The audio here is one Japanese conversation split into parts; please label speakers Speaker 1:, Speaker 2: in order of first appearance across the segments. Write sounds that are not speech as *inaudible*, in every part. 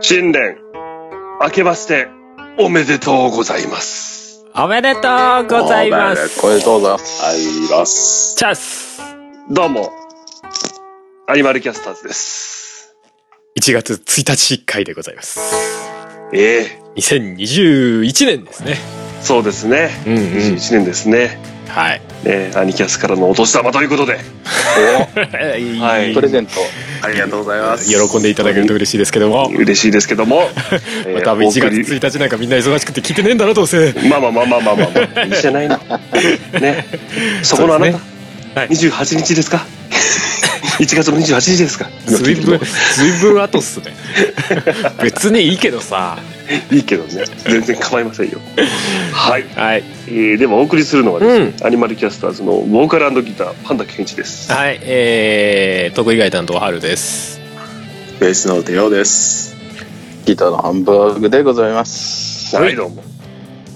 Speaker 1: 新年、明けまして、おめでとうございます。
Speaker 2: おめでとうございます。
Speaker 3: おめでとうございます。
Speaker 4: あります。
Speaker 2: チャス
Speaker 1: どうも、アニマルキャスターズです。
Speaker 5: 1月1日回でございます。
Speaker 1: ええ
Speaker 5: 2021年ですね。
Speaker 1: そうですね。
Speaker 5: うん
Speaker 1: 21。年ですね。
Speaker 5: はい。
Speaker 1: えーアニキャスからのお年玉ということで。はい
Speaker 4: プレゼント。
Speaker 3: ありがとうございます。
Speaker 5: 喜んでいただけると嬉しいですけども。
Speaker 1: 嬉しいですけど
Speaker 5: *laughs*
Speaker 1: も。えー
Speaker 5: また
Speaker 1: お
Speaker 5: 1月
Speaker 1: 送り
Speaker 5: 1日なんかみんな忙しくて聞いてねえんだなどうせ。
Speaker 1: まあまあまあまあまあまあ、ま
Speaker 5: *laughs*
Speaker 1: あ、いいじゃないの。ね。そこのあなた、
Speaker 5: そうですねはい
Speaker 1: 28日ですか *laughs* ?1 月の28日ですか
Speaker 5: ずいぶん、ずいぶん後っすね。 *laughs* 別にいいけどさ。
Speaker 1: いいけどね。全然構いませんよ。はい。
Speaker 5: はい。
Speaker 1: えーでもお送りするのはですね、
Speaker 5: う
Speaker 1: アニマルキャスターズのボーカルギター、パンダケンイチです。
Speaker 5: はい。えー、得意外担当、はるです。
Speaker 3: ベースのデオです。
Speaker 4: ギターのハンバーグでございます。
Speaker 1: はい、どうも。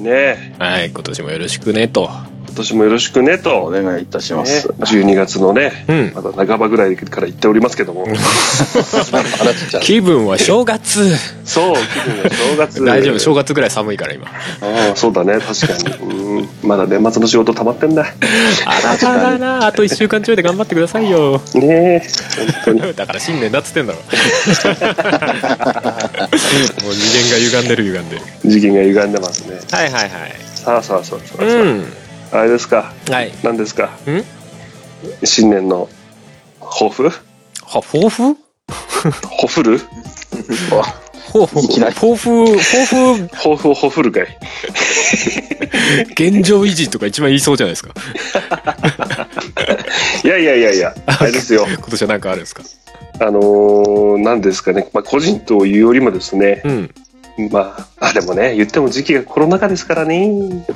Speaker 1: ねえ、
Speaker 5: はい。今年もよろしくね、と。
Speaker 1: 今年もよろしくね
Speaker 4: お
Speaker 1: と。ね、
Speaker 4: 願いいたします。
Speaker 1: 12月のね、
Speaker 5: うん
Speaker 1: まだ半ばぐらいから言っておりますけども、
Speaker 4: あらちちゃん。
Speaker 5: 気分は正月。
Speaker 1: そう、気分が正月。
Speaker 5: *laughs* 大丈夫、正月ぐらい寒いから今。
Speaker 1: ああそうだね確かにうんまだ年末の仕事溜まってんだ
Speaker 5: あらただな、あと1週間ちょいで頑張ってくださいよ。
Speaker 1: ねえ本当に
Speaker 5: だから新年だっつってんだ *laughs* ろもう次元が歪んでる歪んでる
Speaker 1: 時期が歪んでますね
Speaker 5: はいはいはい
Speaker 1: さあさあさあさあ、
Speaker 5: う
Speaker 1: あれですか
Speaker 5: んはい
Speaker 1: 何ですか
Speaker 5: ん
Speaker 1: 新年の抱負
Speaker 5: は抱負
Speaker 1: 抱負る
Speaker 5: 抱負
Speaker 4: いきなり
Speaker 5: 抱負抱負
Speaker 1: 抱負を抱負るかい
Speaker 5: 現状維持とか一番言いそうじゃないですか
Speaker 1: いやいやいやいや
Speaker 5: *laughs*
Speaker 1: あれですよ
Speaker 5: 今年は何かあるんですか
Speaker 1: あのー何ですかね、まあ、個人というよりもですね
Speaker 5: うん
Speaker 1: まああでもね言っても時期がコロナ禍ですからね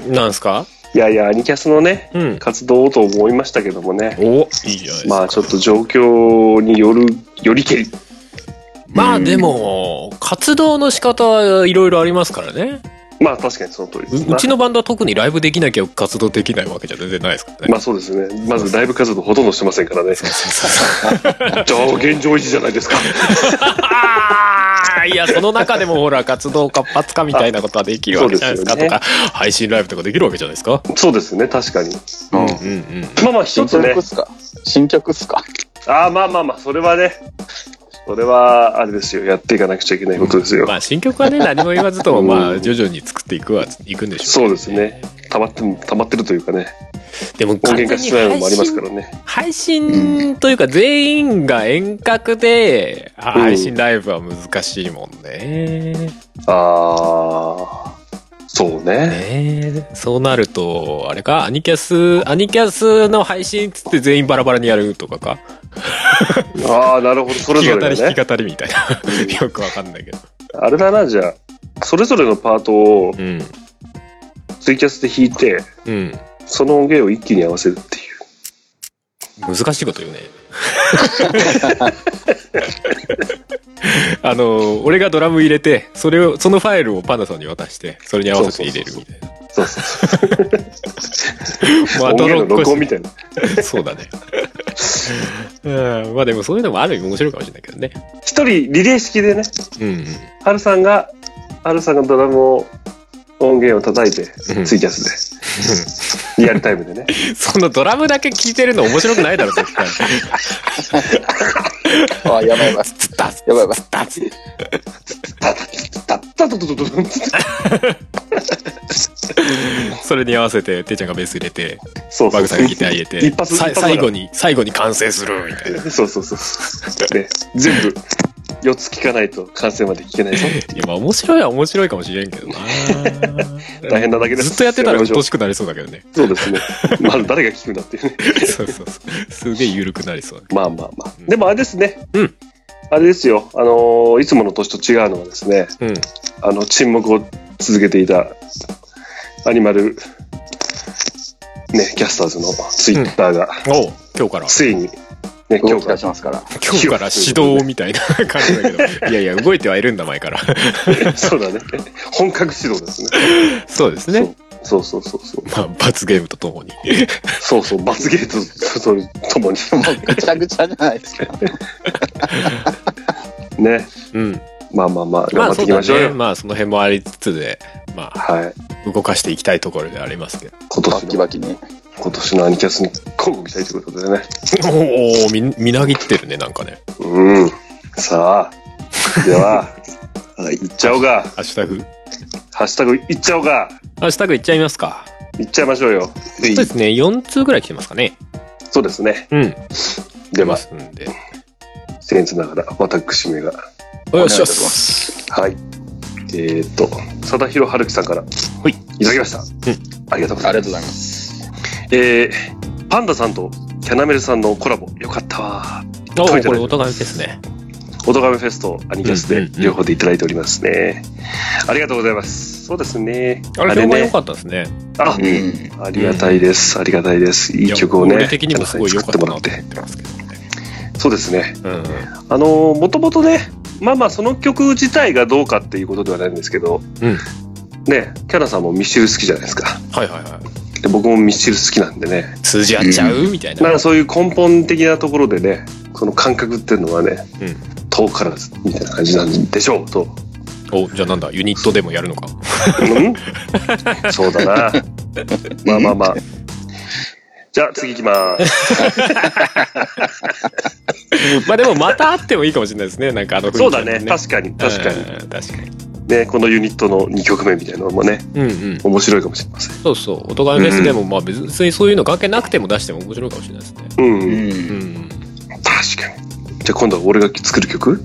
Speaker 5: なんですか
Speaker 1: いやいやアニキャスのね
Speaker 5: うん
Speaker 1: 活動をと思いましたけどもね
Speaker 5: おいいじゃないですか
Speaker 1: まあちょっと状況によるよりけり
Speaker 5: まあでも活動の仕方はいろいろありますからね
Speaker 1: まあ確かにその通りで
Speaker 5: う
Speaker 1: すな
Speaker 5: うちのバンドは特にライブできなきゃ活動できないわけじゃ全然ないですからね
Speaker 1: まあそうですねまずライブ活動ほとんどしてませんからねじゃあ現状維持じゃないです
Speaker 5: *laughs*
Speaker 1: か
Speaker 5: あーいや、その中でもほら、活動活発化みたいなことはできるわけじゃないですか
Speaker 1: そうです
Speaker 5: と
Speaker 1: よね
Speaker 5: か、配信ライブとかできるわけじゃないですか。
Speaker 1: そうですね確かに
Speaker 4: うん
Speaker 5: うんうん。
Speaker 1: まあまあ一
Speaker 4: 新
Speaker 1: つね
Speaker 4: 曲っすか新曲っすか
Speaker 1: ああまあまあまあそれはねそれはあれですよやっていかなくちゃいけないことですよ、
Speaker 5: まあ、新曲はね、何も言わずとも、まあ、徐々に作っていくは、いくんでしょ
Speaker 1: そうですね溜まっても溜まってるというかね
Speaker 5: う。でも、
Speaker 1: 音
Speaker 5: 完全
Speaker 1: 源化
Speaker 5: に
Speaker 1: してないのもありますから
Speaker 5: 配
Speaker 1: ね
Speaker 5: 信、配信というか、全員が遠隔で、あ
Speaker 1: うん
Speaker 5: 配信ライブは難しいもんね。
Speaker 1: ああそうね
Speaker 5: ねえそうなると、あれか、アニキャス、アニキャスの配信っつって全員バラバラにやるとかか。
Speaker 1: ああなるほどそれ
Speaker 5: 弾
Speaker 1: ぞ
Speaker 5: き語
Speaker 1: れ
Speaker 5: り
Speaker 1: が
Speaker 5: 弾
Speaker 1: ね
Speaker 5: き語りみたいなよくわかんないけど
Speaker 1: あれだなじゃあそれぞれのパートを
Speaker 5: うん
Speaker 1: ツイキャスで弾いて
Speaker 5: うん
Speaker 1: その音源を一気に合わせるっていう
Speaker 5: 難しいこと言うねあの俺がドラム入れてそれをそのファイルをパンダさんに渡してそれに合わせて入れるみたいな
Speaker 1: そうそう
Speaker 5: もうあ
Speaker 1: 音
Speaker 5: と
Speaker 1: 源の録音
Speaker 5: 6
Speaker 1: みたいな。
Speaker 5: 個そうだねうんまあでもそういうのもある意味面白いかもしれないけどね
Speaker 1: 一人リレー式でね、
Speaker 5: うんうん
Speaker 1: ハルさんが、ハルさんがドラムを、音源を叩いて
Speaker 5: う、ん
Speaker 1: ツイキャスで。リアルタイムでね。
Speaker 5: そのドラムだけ聴いてるの面白くないだろ絶対
Speaker 4: あ、やばいやばい。
Speaker 5: ツッタッ
Speaker 4: やばいやばい。
Speaker 5: タッツッ
Speaker 1: たったととととと
Speaker 5: それに合わせてていちゃんがベース入れて
Speaker 1: そう
Speaker 5: バ
Speaker 1: そ
Speaker 5: グ
Speaker 1: う
Speaker 5: さんがギター入れて
Speaker 1: 一発
Speaker 5: さ
Speaker 1: 一発
Speaker 5: 最後に最後に完成するみたいな
Speaker 1: そうそうそう。ね、全部、4つ聞かないと完成まで聞けないぞ。
Speaker 5: いやまあ面白いは面白いかもしれんけどな
Speaker 1: 大変なだけです
Speaker 5: ずっとやってたら鬱陶しくなりそうだけ
Speaker 1: *laughs*
Speaker 5: どね
Speaker 1: そうですね。まあ、誰が聞くんだって
Speaker 5: *laughs*
Speaker 1: いうね。
Speaker 5: そうそうそうすげえ緩くなりそう
Speaker 1: まあまあまあ。
Speaker 5: うん
Speaker 1: でもあれですね。
Speaker 5: うん
Speaker 1: あれですよ。あのーいつもの年と違うのはですね、
Speaker 5: うん
Speaker 1: あの、沈黙を続けていた、アニマル、ね、キャスターズのツイッターが、
Speaker 5: おう今日から
Speaker 1: ついに、ね、今
Speaker 4: 動
Speaker 1: 日
Speaker 4: き出
Speaker 1: か
Speaker 4: しますから。
Speaker 5: 今日から指導みたいな感じだ
Speaker 1: *laughs*
Speaker 5: けどいやいや動いてはいるんだ前から
Speaker 1: ら、そうだね、本格指導ですね。
Speaker 5: そうですね
Speaker 1: そうそうそうそうそう。
Speaker 5: まあ、罰ゲームとともに。
Speaker 1: そうそう、罰ゲートとと
Speaker 5: *laughs*
Speaker 1: もに。
Speaker 4: ぐちゃぐちゃじゃないですか。
Speaker 1: ね。
Speaker 5: うん。
Speaker 1: まあまあまあ、
Speaker 5: ま
Speaker 1: 頑張
Speaker 5: あ、
Speaker 1: って
Speaker 5: そ
Speaker 1: いうき
Speaker 5: だ
Speaker 1: ましょう
Speaker 5: ね。
Speaker 1: よ。
Speaker 5: まあ、その辺もありつつで、まあ、
Speaker 1: はい。
Speaker 5: 動かしていきたいところではありますけ
Speaker 1: *laughs*
Speaker 5: ど。
Speaker 1: 今
Speaker 4: バ
Speaker 1: 年
Speaker 4: ッキ
Speaker 1: の、
Speaker 4: バキに。
Speaker 1: 今年のアニキャスに交互期待ということでね。
Speaker 5: おおみ、みなぎってるね、なんかね。
Speaker 1: うん。さあ、では、 *laughs* はい、行っちゃおうか。
Speaker 5: ハッシュタグ。
Speaker 1: ハッシュタグ行っちゃおうか。
Speaker 5: ハッシュタグいっちゃいますか。
Speaker 1: 行っちゃいましょうよ。
Speaker 5: そうですね、4通ぐらい来てますかね。
Speaker 1: そうですね。
Speaker 5: うん。
Speaker 1: では
Speaker 5: ま、すんで。
Speaker 1: 僭越ながら、私めが。
Speaker 5: お
Speaker 4: 願
Speaker 5: よ
Speaker 4: い
Speaker 5: し
Speaker 4: し
Speaker 5: よ
Speaker 4: ま
Speaker 5: し。
Speaker 1: はい。えっ、ー、と、佐田博春樹さんから、
Speaker 5: い
Speaker 1: いただきました。ありがとうございます。
Speaker 4: ありがとうございます。
Speaker 1: えーパンダさんとキャナメルさんのコラボ、よかったわ。
Speaker 5: おお、
Speaker 1: 解いて
Speaker 5: こ
Speaker 1: な
Speaker 5: れ
Speaker 1: い
Speaker 5: お互いですね。
Speaker 1: オトガメフェスとアニキャス
Speaker 5: うんう
Speaker 1: で
Speaker 5: んうん
Speaker 1: 両方でいただいておりますね。ありがとうございます。そうですね。
Speaker 5: あれ、評判良
Speaker 1: ね。
Speaker 5: かったですね。
Speaker 1: あ
Speaker 4: う、ん。
Speaker 1: ありがたいです。ありがたいです。いい曲を
Speaker 5: や
Speaker 1: ね、
Speaker 5: 俺的にもすごい良かった
Speaker 1: キャ
Speaker 5: な
Speaker 1: ナ
Speaker 5: と
Speaker 1: さんに作
Speaker 5: 思っ
Speaker 1: って
Speaker 5: ますけどね。
Speaker 1: てもらって。そうですね。
Speaker 5: うん。
Speaker 1: あのもともとね、まあまあその曲自体がどうかっていうことではないんですけど、
Speaker 5: うん
Speaker 1: ね、キャナさんもミスチル好きじゃないですか。
Speaker 5: はいはいは
Speaker 1: で僕もミスチル好きなんでね。
Speaker 5: い。通じ合っちゃうみたい
Speaker 1: なん
Speaker 5: な。
Speaker 1: かそういう根本的なところでね、この感覚っていうのはね、
Speaker 5: うん。
Speaker 1: 遠からずみたいな感じなんでしょうと。
Speaker 5: お、じゃあなんだ、ユニットでもやるのか。
Speaker 1: *laughs* うんそうだな。まあまあまあ。じゃあ次行きます。
Speaker 5: まあでも、また会ってもいいかもしれないですね。なんかあの、
Speaker 1: そうだね。確かに、確かに。
Speaker 5: に。確かに。
Speaker 1: ね、このユニットの2曲目みたいなのもね、
Speaker 5: うんうん。
Speaker 1: 面白いかもしれません。
Speaker 5: そうそう。音がフェスでも、まあ別にそういうの関係なくても出しても面白いかもしれないですね。
Speaker 1: う。
Speaker 4: うん。
Speaker 5: うんん。
Speaker 1: 確かに。じゃあ今度は俺が作る曲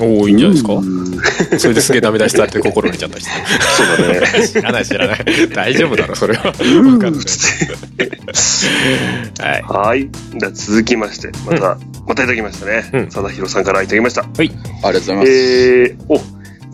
Speaker 5: おおいいんじゃないです
Speaker 1: う
Speaker 5: か
Speaker 1: ーん
Speaker 5: それですげえダメ出したって心折れちゃったりして。
Speaker 1: そうだね。
Speaker 5: 知らない知らない。大丈夫だろ、それは。わかんない。はい。
Speaker 1: はい。じゃあ続きまして、また、またいただきましたね。
Speaker 5: うん
Speaker 1: 貞弘さんからいただきました。
Speaker 4: ありがとうございます。
Speaker 1: えーお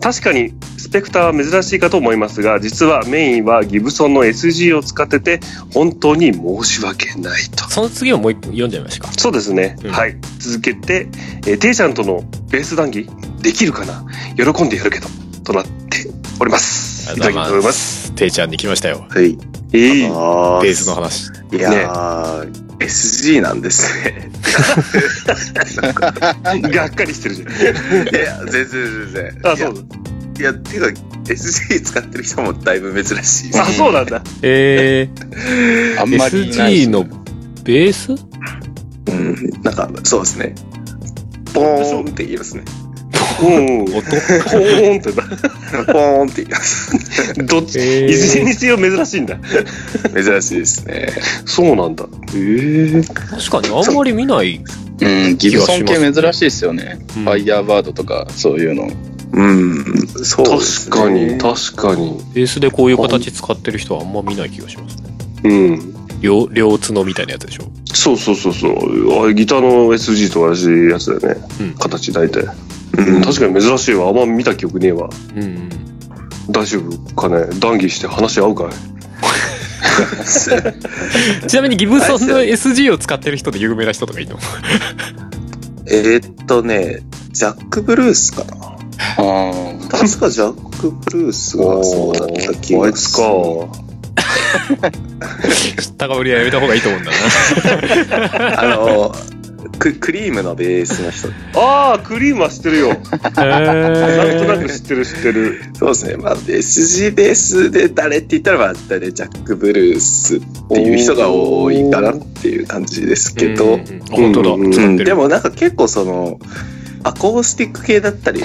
Speaker 1: 確かにスペクターは珍しいかと思いますが実はメインはギブソンの SG を使ってて本当に申し訳ないと
Speaker 5: その次をもう一個読んじゃいましょうか。
Speaker 1: そうですね、
Speaker 5: うん
Speaker 1: はい続けて、えー、テイちゃんとのベース談義できるかな喜んでやるけどとなっております
Speaker 5: あ
Speaker 1: い
Speaker 5: り
Speaker 1: た
Speaker 5: が
Speaker 1: だ
Speaker 5: と
Speaker 1: き
Speaker 5: うご
Speaker 1: たいと思いま
Speaker 5: ざいますす。ていちゃんに来ましたよ。
Speaker 3: はい。
Speaker 1: ええ
Speaker 3: あ
Speaker 5: ベースの。話。
Speaker 3: いやー、SG なんですね。
Speaker 1: *laughs* がっかりしてるじ
Speaker 3: いや、全然全然。
Speaker 1: ゃんあそう
Speaker 3: いや、てか、SG 使ってる人もだいぶ珍しいし
Speaker 1: あそうなんだ
Speaker 5: え
Speaker 4: あん
Speaker 5: ー、
Speaker 4: まりいない
Speaker 5: SG のベース
Speaker 3: うん。なんか、そうですね。ポーンって言いますね。
Speaker 1: うんうん
Speaker 5: 音
Speaker 1: ポーンってな
Speaker 3: ポーンって言います。
Speaker 1: どっち、
Speaker 5: えー
Speaker 1: いずれにせよ珍しいんだ
Speaker 3: *laughs* 珍しいですね。
Speaker 1: そうなんだええ
Speaker 5: 確かにあんまり見ない。
Speaker 4: うん。ギブソン系珍しいですよね。
Speaker 5: うん
Speaker 4: ファイヤーバードとか、そういうの。
Speaker 3: うん。そうです
Speaker 1: 確
Speaker 3: ね
Speaker 1: かに確かに
Speaker 5: ベースでこういう形使ってる人はあんま見ない気がしますね。
Speaker 1: うん
Speaker 5: 両、両角みたいなやつでしょ。
Speaker 1: そうそうそうそうあれギターの SG と同じやつだよね、
Speaker 5: うん
Speaker 1: 形大体、
Speaker 3: うん
Speaker 1: 確かに珍しいわあんま見た記憶ねえわ
Speaker 5: うんうん。
Speaker 1: 大丈夫かね談義して話合うかい
Speaker 5: ちなみにギブソンの SG を使ってる人で有名な人とかいいの *laughs*
Speaker 3: えーっとね、ジャック・ブルースかな。
Speaker 4: ああ。
Speaker 3: 確かジャック・ブルースがそうだった気がする。
Speaker 1: おーあい
Speaker 5: 高ぶりはやめた方がいいと思うんだな。
Speaker 3: あの、ククリームのベースの人。
Speaker 1: つかああクリームは知ってる *laughs* よなんとなく知ってる知ってる
Speaker 3: そうですね。まあ、SG ベースで誰って言ったら、まあ、大体ジャック・ブルースっていう人が多いかなっていう感じですけど、
Speaker 5: うんうん本当だ。
Speaker 1: うんうん
Speaker 5: 使
Speaker 3: う
Speaker 5: っ
Speaker 3: ん
Speaker 5: てる。
Speaker 3: でもなんか結構その、アコースティック系だったり、
Speaker 4: う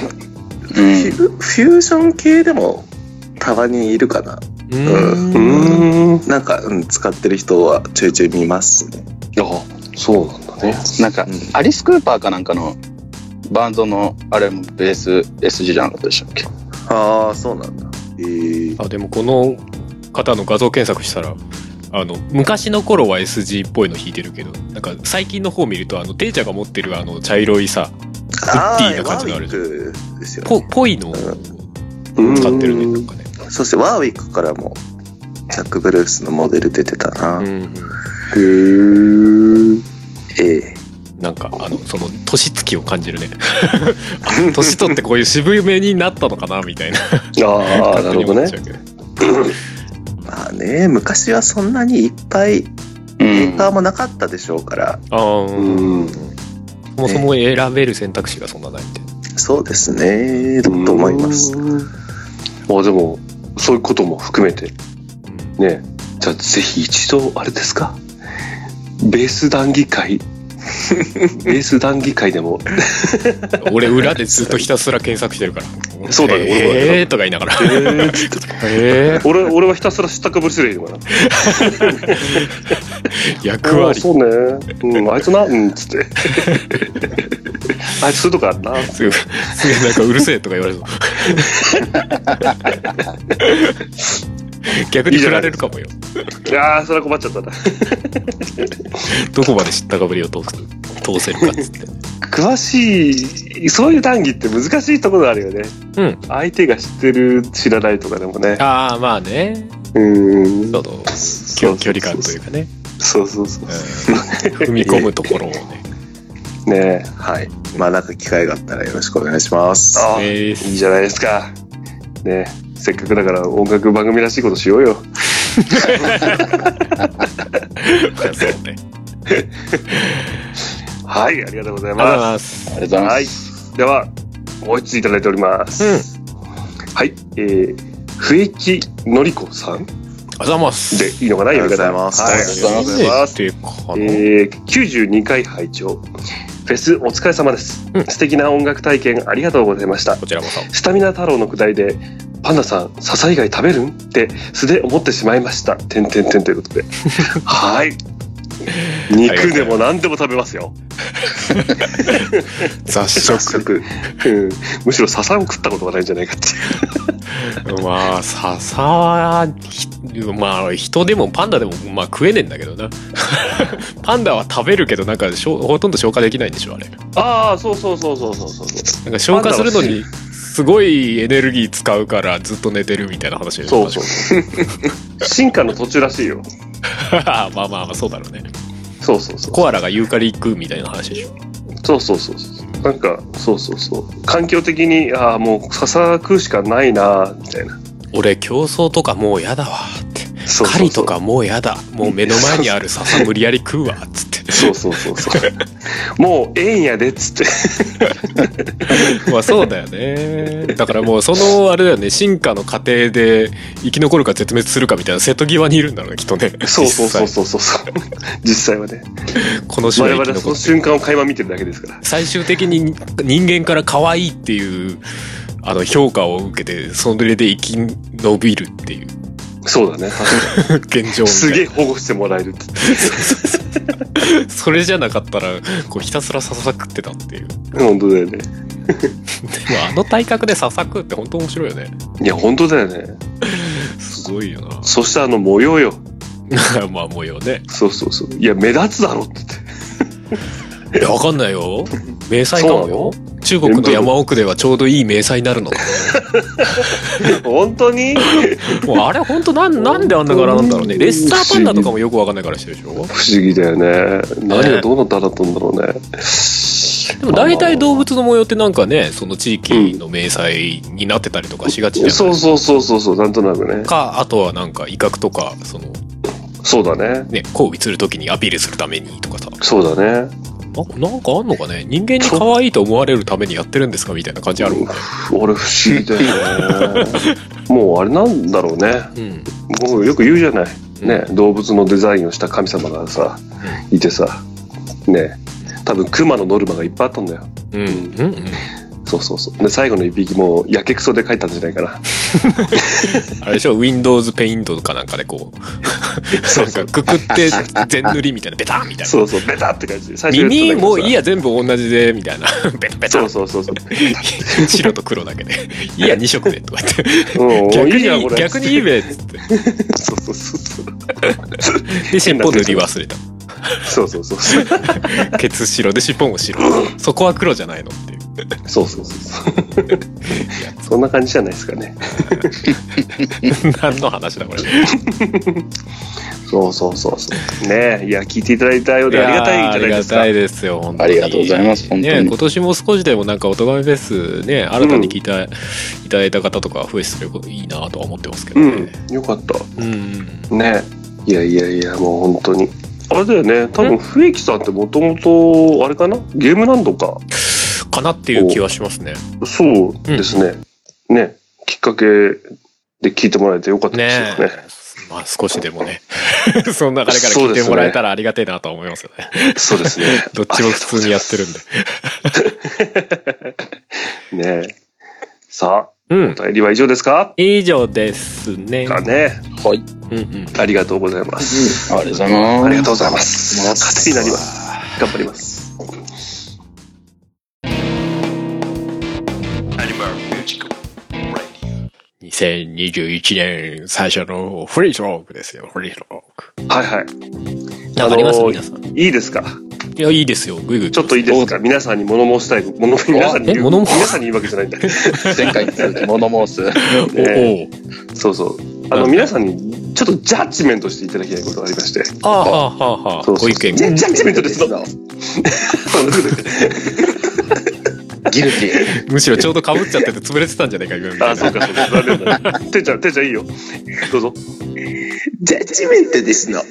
Speaker 3: フュ
Speaker 4: ん。
Speaker 3: フュージョン系でもたまにいるかな。
Speaker 5: う
Speaker 1: うー
Speaker 5: ん、
Speaker 1: ん
Speaker 3: なんか、うん、使ってる人はちょいちょい見ますね。
Speaker 1: あそうなんだね
Speaker 4: なんか、アリス・クーパーかなんかのバンドのあれもベース SG じゃなかったでしたっけ
Speaker 3: ああ、そうなんだ。えー、
Speaker 5: あ、でもこの方の画像検索したら、あの、昔の頃は SG っぽいの弾いてるけど、なんか最近の方見ると、あの、ていちゃんが持ってるあの、茶色いさ、ウッディな感じのある
Speaker 3: ワーウィックですよ
Speaker 5: ぽ、
Speaker 3: ね。
Speaker 5: ぽいのを使ってるね、なんかね。
Speaker 3: そしてワーウィックからも、ジャック・ブルースのモデル出てたな。
Speaker 5: うんうん。
Speaker 1: へえ
Speaker 3: ええ
Speaker 5: なんか、あの、その、年月を感じるね。 *laughs* あ年取ってこういう渋めになったのかな、みたいな。
Speaker 1: ああなるほどね
Speaker 5: 勝手に思っちゃうけど
Speaker 3: まあ、ね、昔はそんなにいっぱいメーカーもなかったでしょうから、
Speaker 5: あー
Speaker 1: うん。
Speaker 5: そもそも選べる選択肢がそんなないんで。
Speaker 3: そうですね、だと思います。
Speaker 1: まあでも、そういうことも含めて、ね、じゃあぜひ一度、あれですか、ベース談義 *laughs* 会、ベース談義会でも、
Speaker 5: 俺裏でずっとひたすら検索してるから。
Speaker 1: そうだね俺もだ
Speaker 5: えーとか言いながら。え
Speaker 1: 俺俺はひたすら知ったかぶりすればいいのかな。
Speaker 5: ー、役割。
Speaker 1: そうね。うん、あいつな、うん、つ
Speaker 5: *laughs*
Speaker 1: って。あいつそういうとこあるな。
Speaker 5: すぐ、すぐなんかうるせえとか言われそう。逆に振られるかもよ。
Speaker 1: いやー、それは困っちゃったな。
Speaker 5: どこまで知ったかぶりを通す、通せるかっつって。
Speaker 1: 詳しい、そういう談義って難しいところあるよね。
Speaker 5: うん。
Speaker 1: 相手が知ってる、知らないとかでもね。
Speaker 5: ああ、まあね。
Speaker 1: うん。
Speaker 5: その、
Speaker 1: そ
Speaker 5: 距
Speaker 1: う
Speaker 5: 距離感というかね。
Speaker 1: そうそうそう。
Speaker 5: うん踏み込むところをね。
Speaker 1: ねえ。
Speaker 3: はい。まあなんか機会があったらよろしくお願いします。
Speaker 1: ああ、い
Speaker 5: えー
Speaker 1: いじゃないですか。ねえ。せっかくだから音楽番組らしいことしようよ。
Speaker 5: じゃあそうね。
Speaker 1: はい、ありがとうござい
Speaker 5: ありがとうござい
Speaker 1: ま
Speaker 5: ます。
Speaker 4: ありがとうございます。
Speaker 1: す。はい。では、もう一ついただいております。はい。えー、笛木のりこさん
Speaker 5: ありがとうございます。
Speaker 1: でいいのかな
Speaker 3: ありが
Speaker 1: 読
Speaker 3: と
Speaker 1: み
Speaker 3: うござい
Speaker 1: 方。
Speaker 3: ます
Speaker 1: はい、ありがとうございます。
Speaker 5: っていうかな。
Speaker 1: えー、92回拝聴フェスお疲れ様です、
Speaker 5: うん
Speaker 1: 素敵な音楽体験ありがとうございました
Speaker 5: こちらもさ。
Speaker 1: スタミナ太郎のくだりで「パンダさん笹以外食べるん?」って素で思ってしまいましたてんてんてんということではい肉でも何でも食べますよ、
Speaker 5: 雑
Speaker 1: 早速、
Speaker 5: 食。
Speaker 1: うん、むしろ笹を食ったことがないんじゃないかっていう
Speaker 5: まあ、笹は、ひまあ、人でもパンダでも、まあ、食えねえんだけ
Speaker 1: *laughs*
Speaker 5: どな。パンダは食べるけど、なんかしょう、ほとんど消化できないんでしょ、あれ。なんか
Speaker 1: ああそうそうそうそうそうそうそ
Speaker 5: 消化するのに、すごいエネルギー使うから、ずっと寝てるみたいな話で
Speaker 1: うそうそう進化の途中らしいよ
Speaker 5: 確か *laughs* まあまあまあ、そうだろうね。
Speaker 1: そうそうそう
Speaker 5: コアラがユーカリ食うみたいな話でしょ。
Speaker 1: そうそうそうそうなんかそうそうそう環境的にああもう笹食うしかないなみたいな
Speaker 5: 俺、競争とかもうやだわ、って。
Speaker 1: そうそうそう
Speaker 5: 狩りとかもうやだ。もう目の前にある笹無理やり食うわ、つって。
Speaker 1: そうそうそうそうもうええんやでっつ *laughs* って
Speaker 5: *laughs* まあそうだよね。だからもうそのあれだよね、進化の過程で生き残るか絶滅するかみたいな瀬戸際にいるんだろうね、きっとね。
Speaker 1: そうそうそう
Speaker 5: 実
Speaker 1: そうそうそう実際はね
Speaker 5: 際この種
Speaker 1: 我
Speaker 5: は
Speaker 1: 々
Speaker 5: 生
Speaker 1: はそ
Speaker 5: き残
Speaker 1: の
Speaker 5: って。
Speaker 1: 瞬間を垣間見てるだけですから
Speaker 5: 最終的に人間から可愛いっていう、あの、評価を受けて、それで生き延びるっていう、
Speaker 1: そうだね
Speaker 5: 現状みたいな
Speaker 1: すげえ保護してもらえるって
Speaker 5: それじゃなかったら、こう、ひたすら笹食ってたっていう。で
Speaker 1: 本当だよね
Speaker 5: もあの体格で笹食うって本当面白いよね。
Speaker 1: いや本当だよね
Speaker 5: すごい
Speaker 1: *laughs*
Speaker 5: よな。
Speaker 1: そしてあの模様よ
Speaker 5: まあ模様ね。
Speaker 1: そうそうそういや目立つだろって言って
Speaker 5: いや、わかんないよ。迷彩かもよ。中国の山奥ではちょうどいい迷彩になるのか
Speaker 1: 本当に
Speaker 5: な。 *laughs* もうあれほんとなん、なんであんな柄なんだろうね。レッサーパンダとかもよくわかんないからしてるでしょ
Speaker 1: 不思議だよね何がどうなったらだったんだろうね
Speaker 5: でも大体動物の模様ってなんかね、その地域の迷彩になってたりとかしがちじゃない、
Speaker 1: そうそうそうそうそうなんとなくね
Speaker 5: か、あとはなんか威嚇とか、その
Speaker 1: そうだね
Speaker 5: ね、交尾するときにアピールするためにとかさ。
Speaker 1: そうだね
Speaker 5: なんかなんかあんのかね人間に可愛いと思われるためにやってるんですかみたいな感じあるもんね。
Speaker 1: 俺不思議だ
Speaker 5: *laughs*
Speaker 1: よねもうあれなんだろうね
Speaker 5: うん。
Speaker 1: もうよく言うじゃない、ね、動物のデザインをした神様がさいてさね多分クマのノルマがいっぱいあったんだよ
Speaker 5: うん。うん。うん。
Speaker 1: そうそうそうで最後の一匹もやけくそで描いたんじゃないかな
Speaker 5: あれでしょ ?Windows ペイントかなんかでこ
Speaker 1: *laughs*
Speaker 5: う、なんかくくって全塗りみたいな、ベタンみたいな。
Speaker 1: そうそうベタって感じで最初に
Speaker 5: 耳
Speaker 1: やったんだけど
Speaker 5: も
Speaker 1: さ
Speaker 5: いいや全部同じでみたい
Speaker 1: *laughs*
Speaker 5: なベタベ
Speaker 1: そ
Speaker 5: タ
Speaker 1: うそうそうそう
Speaker 5: 白と黒だけでいいや2色でとか言
Speaker 1: *laughs*
Speaker 5: って
Speaker 1: うん
Speaker 5: 逆
Speaker 1: いいやこ
Speaker 5: に
Speaker 1: れ
Speaker 5: 逆にいいべっつって
Speaker 1: *laughs* そうそうそうそう
Speaker 5: で尻尾塗り忘れた
Speaker 1: そうそうそうそう *laughs*
Speaker 5: ケツ白で尻尾も白そこは黒じゃないのっていう
Speaker 1: そうそうそうそう
Speaker 5: や。
Speaker 1: そんな感じじゃないですかね。 *laughs*
Speaker 5: 何の話だこれ
Speaker 1: そうそうそうそう。ねえ、いや、聞いていただいたようでありがたいじゃないです
Speaker 5: やーあ
Speaker 1: か
Speaker 5: りがたい。ですよ、本当に。
Speaker 4: ありがとうございます本当に
Speaker 5: ね、今年も少しでもなんか、おとがめフェスね、新たに聞いた、いただいた方とか増えすればいいなとは思ってますけど
Speaker 1: う
Speaker 5: ね。
Speaker 1: ん、よかった。
Speaker 5: うん。
Speaker 1: ねいやいやいやもう本当にあれだよね多分笛木さんってもともとあれかなゲームランドか
Speaker 5: かなっていう気はしますね。
Speaker 1: そうですね、ねきっかけで聞いてもらえてよかったですよ
Speaker 5: ね
Speaker 1: ね
Speaker 5: まあ、少しでもね。 *laughs* そんな彼から聞いてもらえたらありがてえなとは思いますよね。
Speaker 1: そうですね
Speaker 5: *laughs* どっちも普通にやってるんで。
Speaker 1: ねさ
Speaker 5: うん
Speaker 1: あ。お便りは以上ですか
Speaker 5: 以上ですね。
Speaker 1: かね
Speaker 5: うんうん。
Speaker 1: ありがとうございます、
Speaker 4: ありがとうございます。
Speaker 1: ありがとうございます糧になります頑張ります
Speaker 5: 2021年最初のフリートークですよ、フリートーク。
Speaker 1: はいはい
Speaker 5: なんかあります皆さん。
Speaker 1: いいですか
Speaker 5: いや、いいですよ、ぐいぐい。
Speaker 1: ちょっといいですか皆さんに物申したい物皆さんに言
Speaker 5: え
Speaker 1: う
Speaker 5: 物
Speaker 1: 皆
Speaker 5: 申
Speaker 1: さんに言うわけじゃ *laughs* ないんだ
Speaker 4: 前回に続き物申す。
Speaker 5: お
Speaker 1: ね
Speaker 5: お
Speaker 1: そうそう。あの、皆さんに、ちょっとジャッジメントしていただきたいことがありまして。
Speaker 5: ああ、はあ、はあ、はあ。
Speaker 1: そうそ
Speaker 5: ご
Speaker 1: う
Speaker 5: 意見
Speaker 1: ジャジャッジメントですの。
Speaker 3: *laughs*
Speaker 4: ギルティ。
Speaker 5: むしろちょうど被っちゃってて潰れてたんじゃないか、今み
Speaker 1: *laughs*
Speaker 5: た
Speaker 1: あ、
Speaker 5: い
Speaker 1: そう *laughs*
Speaker 5: な。
Speaker 1: か、そうか。残念だ。てっちゃん、てっちゃんいいよ。どうぞ。
Speaker 3: ジャッジメントですの。
Speaker 1: あ、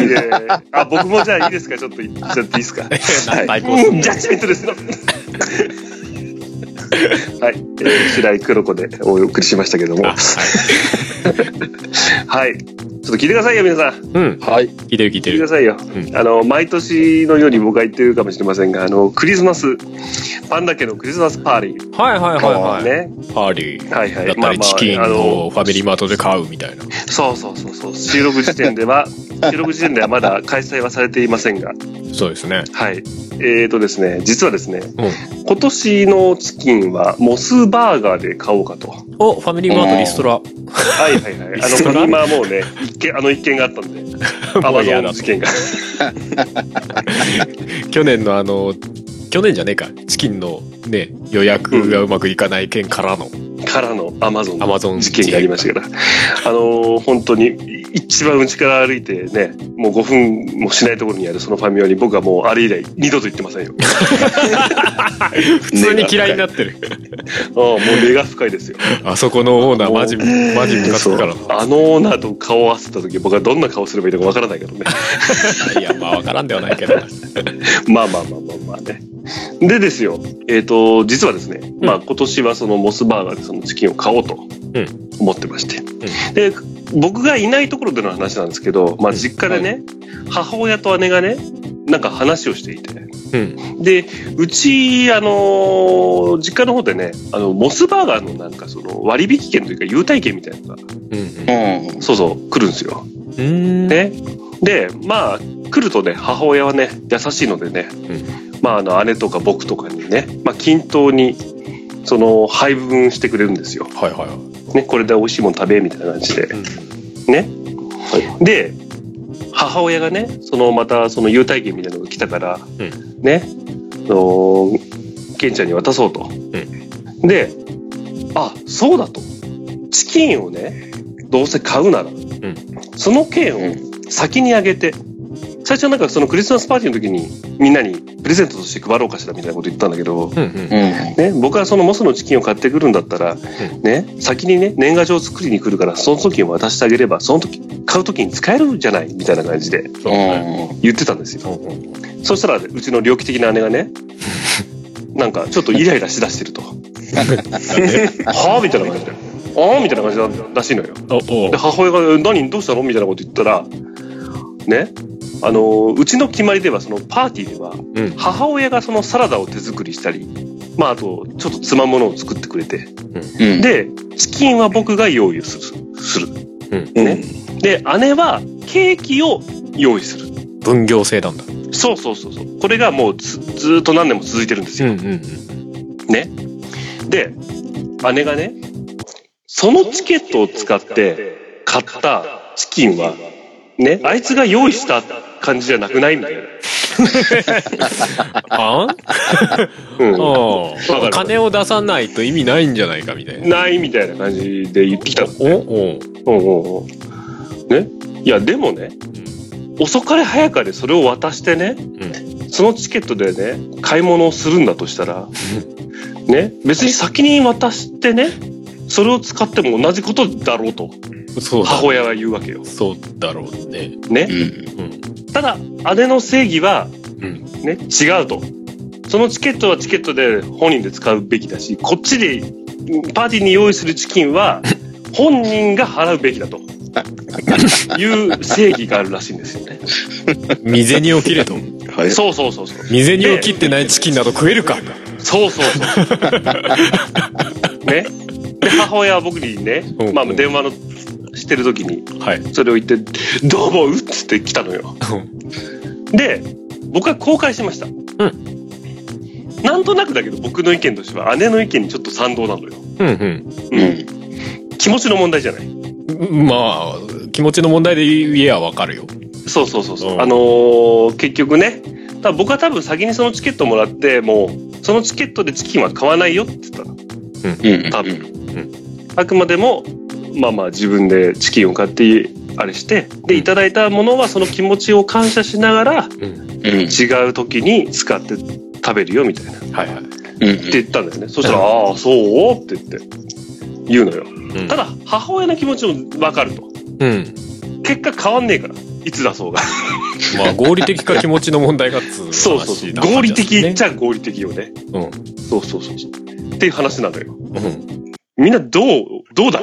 Speaker 1: いいね。あ、僕もじゃあいいですかちょっと、ちょっといいですか。
Speaker 5: *laughs* なんか対抗する
Speaker 1: ジャッジメントですの。 *laughs* はい、えー白井黒子でお送りしましたけども。
Speaker 5: あ
Speaker 1: は
Speaker 5: は
Speaker 1: い。
Speaker 5: い
Speaker 1: ちょっと聞いてくださいよ、皆さん。
Speaker 5: うん。
Speaker 4: はい。
Speaker 5: 聞いてる聞いて
Speaker 1: 聞いてくだ
Speaker 5: る。
Speaker 1: さいよ、
Speaker 5: う
Speaker 1: あの毎年のように僕は言ってるかもしれませんがあのクリスマスパンダ家のクリスマスパーリー、
Speaker 5: はいはいはいはい。
Speaker 1: ね
Speaker 5: パーリー。
Speaker 1: はいはい
Speaker 5: だったり、チキン
Speaker 1: あの
Speaker 5: をファミリーマートで買うみたいな。
Speaker 1: そうそうそうそう収録時点で
Speaker 5: *laughs*
Speaker 1: は収録時点ではまだ開催はされていませんが
Speaker 5: そうですね。
Speaker 1: はいえーとですね実はですね、今年のチキンはモスバーガーで買おうかとは
Speaker 5: お、ファミリーマートリストラ。
Speaker 1: いはいはいあ
Speaker 5: そ
Speaker 1: の
Speaker 5: ら
Speaker 1: 今もうね一件あの一件があったんでア
Speaker 5: *laughs* も
Speaker 1: マ
Speaker 5: う
Speaker 1: ゾ
Speaker 5: 嫌
Speaker 1: ン
Speaker 5: だ
Speaker 1: の事件が
Speaker 5: 去年のあの、去年じゃねえか。チキンのね、予約がうまくいかない件からの
Speaker 1: からのアマゾン
Speaker 5: ア
Speaker 1: の
Speaker 5: マゾン
Speaker 1: 事件がありましたから、あのー本当にい一番家から歩いてね、もう5分もしないところにあるそのファミマに僕はもうあれ以来二度と行ってません
Speaker 5: *laughs*
Speaker 1: よ。
Speaker 5: 普通に嫌いになってる。
Speaker 1: ああもう根が深いですよ。
Speaker 5: あそこのオーナーマジ、マジムカつくからな。
Speaker 1: あのオーナーと顔を合わせた時僕はどんな顔すればいいのかわからないけどね。
Speaker 5: いや、まあわからんではないけどな。
Speaker 1: まあまあまあまあまあね。でですよ、えっ、と、実はですね、まあ今年はそのモスバーガーでそのチキンを買おうと
Speaker 5: ん
Speaker 1: 思ってまして。
Speaker 5: ん
Speaker 1: で、僕がいないところでの話なんですけど、まあ実家でね、母親と姉がね、なんか話をしていて。
Speaker 5: うん。
Speaker 1: で、うち、あのー実家の方でね、あの、モスバーガーのなんかその割引券というか優待券みたいなのが、
Speaker 5: うん
Speaker 4: う
Speaker 1: そうそう、来るんですよ。
Speaker 5: うん。ね。
Speaker 1: ね。で、まあ、来るとね、母親はね、優しいのでね、まあ、あの、姉とか僕とかにね、まあ、均等に、その、配分してくれるんですよ。
Speaker 5: はいはいはい。
Speaker 1: ね、これで美味しいもん食べ、みたいな感じで。ね。で、母親がね、その、また、その、優待券みたいなのが来たから、
Speaker 5: ん
Speaker 1: ね、あの、ケンちゃんに渡そうと。で、あ、そうだと。チキンをね、どうせ買うなら、その券を先にあげて、最初なんかそのクリスマスパーティーの時にみんなにプレゼントとして配ろうかしらみたいなこと言ったんだけど、
Speaker 5: うんうん。
Speaker 4: ん。
Speaker 1: ね、僕はそのモスのチキンを買ってくるんだったら、
Speaker 5: ん
Speaker 1: ね、先にね、年賀状を作りに来るから、その時に渡してあげれば、その時、買う時に使えるじゃないみたいな感じで
Speaker 5: そうね。
Speaker 4: う
Speaker 1: 言ってたんですよ。そしたら、うちの猟奇的な姉がね、なんかちょっとイライラしだしてると。 *laughs* はあみたいな感じで。ああみたいな感じだらしいのよ。
Speaker 5: おお
Speaker 1: で。母親が「え何どうしたの?」みたいなこと言ったらねあのうちの決まりではそのパーティーでは
Speaker 5: うん
Speaker 1: 母親がそのサラダを手作りしたり、まあ、あとちょっとつまむのを作ってくれて
Speaker 4: ん。
Speaker 1: でチキンは僕が用意するする
Speaker 3: ね。
Speaker 1: で姉はケーキを用意する
Speaker 5: 分業制なんだ。
Speaker 1: そうそうそうそうこれがもうずずーっと何年も続いてるんですよ、
Speaker 5: んうん
Speaker 1: ねで姉がねそのチケットを使って買ったチキンはねあいつが用意した感じじゃなくないみたいな
Speaker 5: あん
Speaker 1: う
Speaker 5: うん。
Speaker 1: わかる
Speaker 5: 金を出さないと意味ないんじゃないかみたい
Speaker 1: ん。
Speaker 5: な。
Speaker 1: ないみたいな感じで言ってきたの。
Speaker 5: おおう
Speaker 1: うんうんうん。ね。いや、でもね、遅かれ早かれそれを渡してね、そのチケットでね、買い物をするんだとしたら、ね、別に先に渡してね、それを使っても同じことだろうと、
Speaker 5: うん。そうだ
Speaker 1: 母。親は言うわけよ。
Speaker 5: そうだろうね。
Speaker 1: ね。
Speaker 4: うん。
Speaker 5: うん。
Speaker 1: ただ、姉の正義は、
Speaker 5: うん。
Speaker 1: ね、違うと。そのチケットはチケットで本人で使うべきだし、こっちでパーティーに用意するチキン
Speaker 5: *laughs*
Speaker 1: は本人が払うべきだと。いう正義があるらしいんですよね。
Speaker 5: 未銭を切 *laughs* れと。
Speaker 4: はい。
Speaker 1: そうそうそうそう。
Speaker 5: 未銭を切ってないチキンなど食えるか。
Speaker 1: そうそう
Speaker 5: *laughs*
Speaker 1: そう。ね。で、母親は僕にね
Speaker 5: う、ん
Speaker 1: まあ、
Speaker 5: うん
Speaker 1: 電話のしてる時に、
Speaker 5: はい。
Speaker 1: それを言って、どうもうっつって来たのよ。で、僕は公開しました。うん。なんとなくだけど、僕の意見としては、姉の意見にちょっと賛同なのよ。
Speaker 5: うん
Speaker 1: うん。気持ちの問題じゃない。
Speaker 5: うん。まあ、気持ちの問題で言えばわかるよ。
Speaker 1: そうそうそうそう。
Speaker 5: うん
Speaker 1: あのー結局ね、だから僕は多分先にそのチケットもらって、もう、そのチケットでチキンは買わないよって言ったの。
Speaker 4: うん。うん
Speaker 1: 多分。あくまでも、まあまあ自分でチキンを買って、あれして、で、いただいたものはその気持ちを感謝しながら、
Speaker 4: うん。
Speaker 1: 違う時に使って食べるよみたいな。って
Speaker 5: はいはい。
Speaker 4: うん。
Speaker 1: 言ったんだよね。そしたら、ああ、そうって言って、言うのよ。
Speaker 5: うん
Speaker 1: ただ、母親の気持ちもわかると。
Speaker 5: うん。
Speaker 1: 結果変わんねえから。いつだそうが。
Speaker 5: まあ、合理的か気持ちの問題かっつう話 *laughs* だ
Speaker 1: そうそうそう。合理的っちゃ合理的よね。そうそうそうそう。っていう話なのよ。
Speaker 5: うん。
Speaker 1: みんなどう、どうだ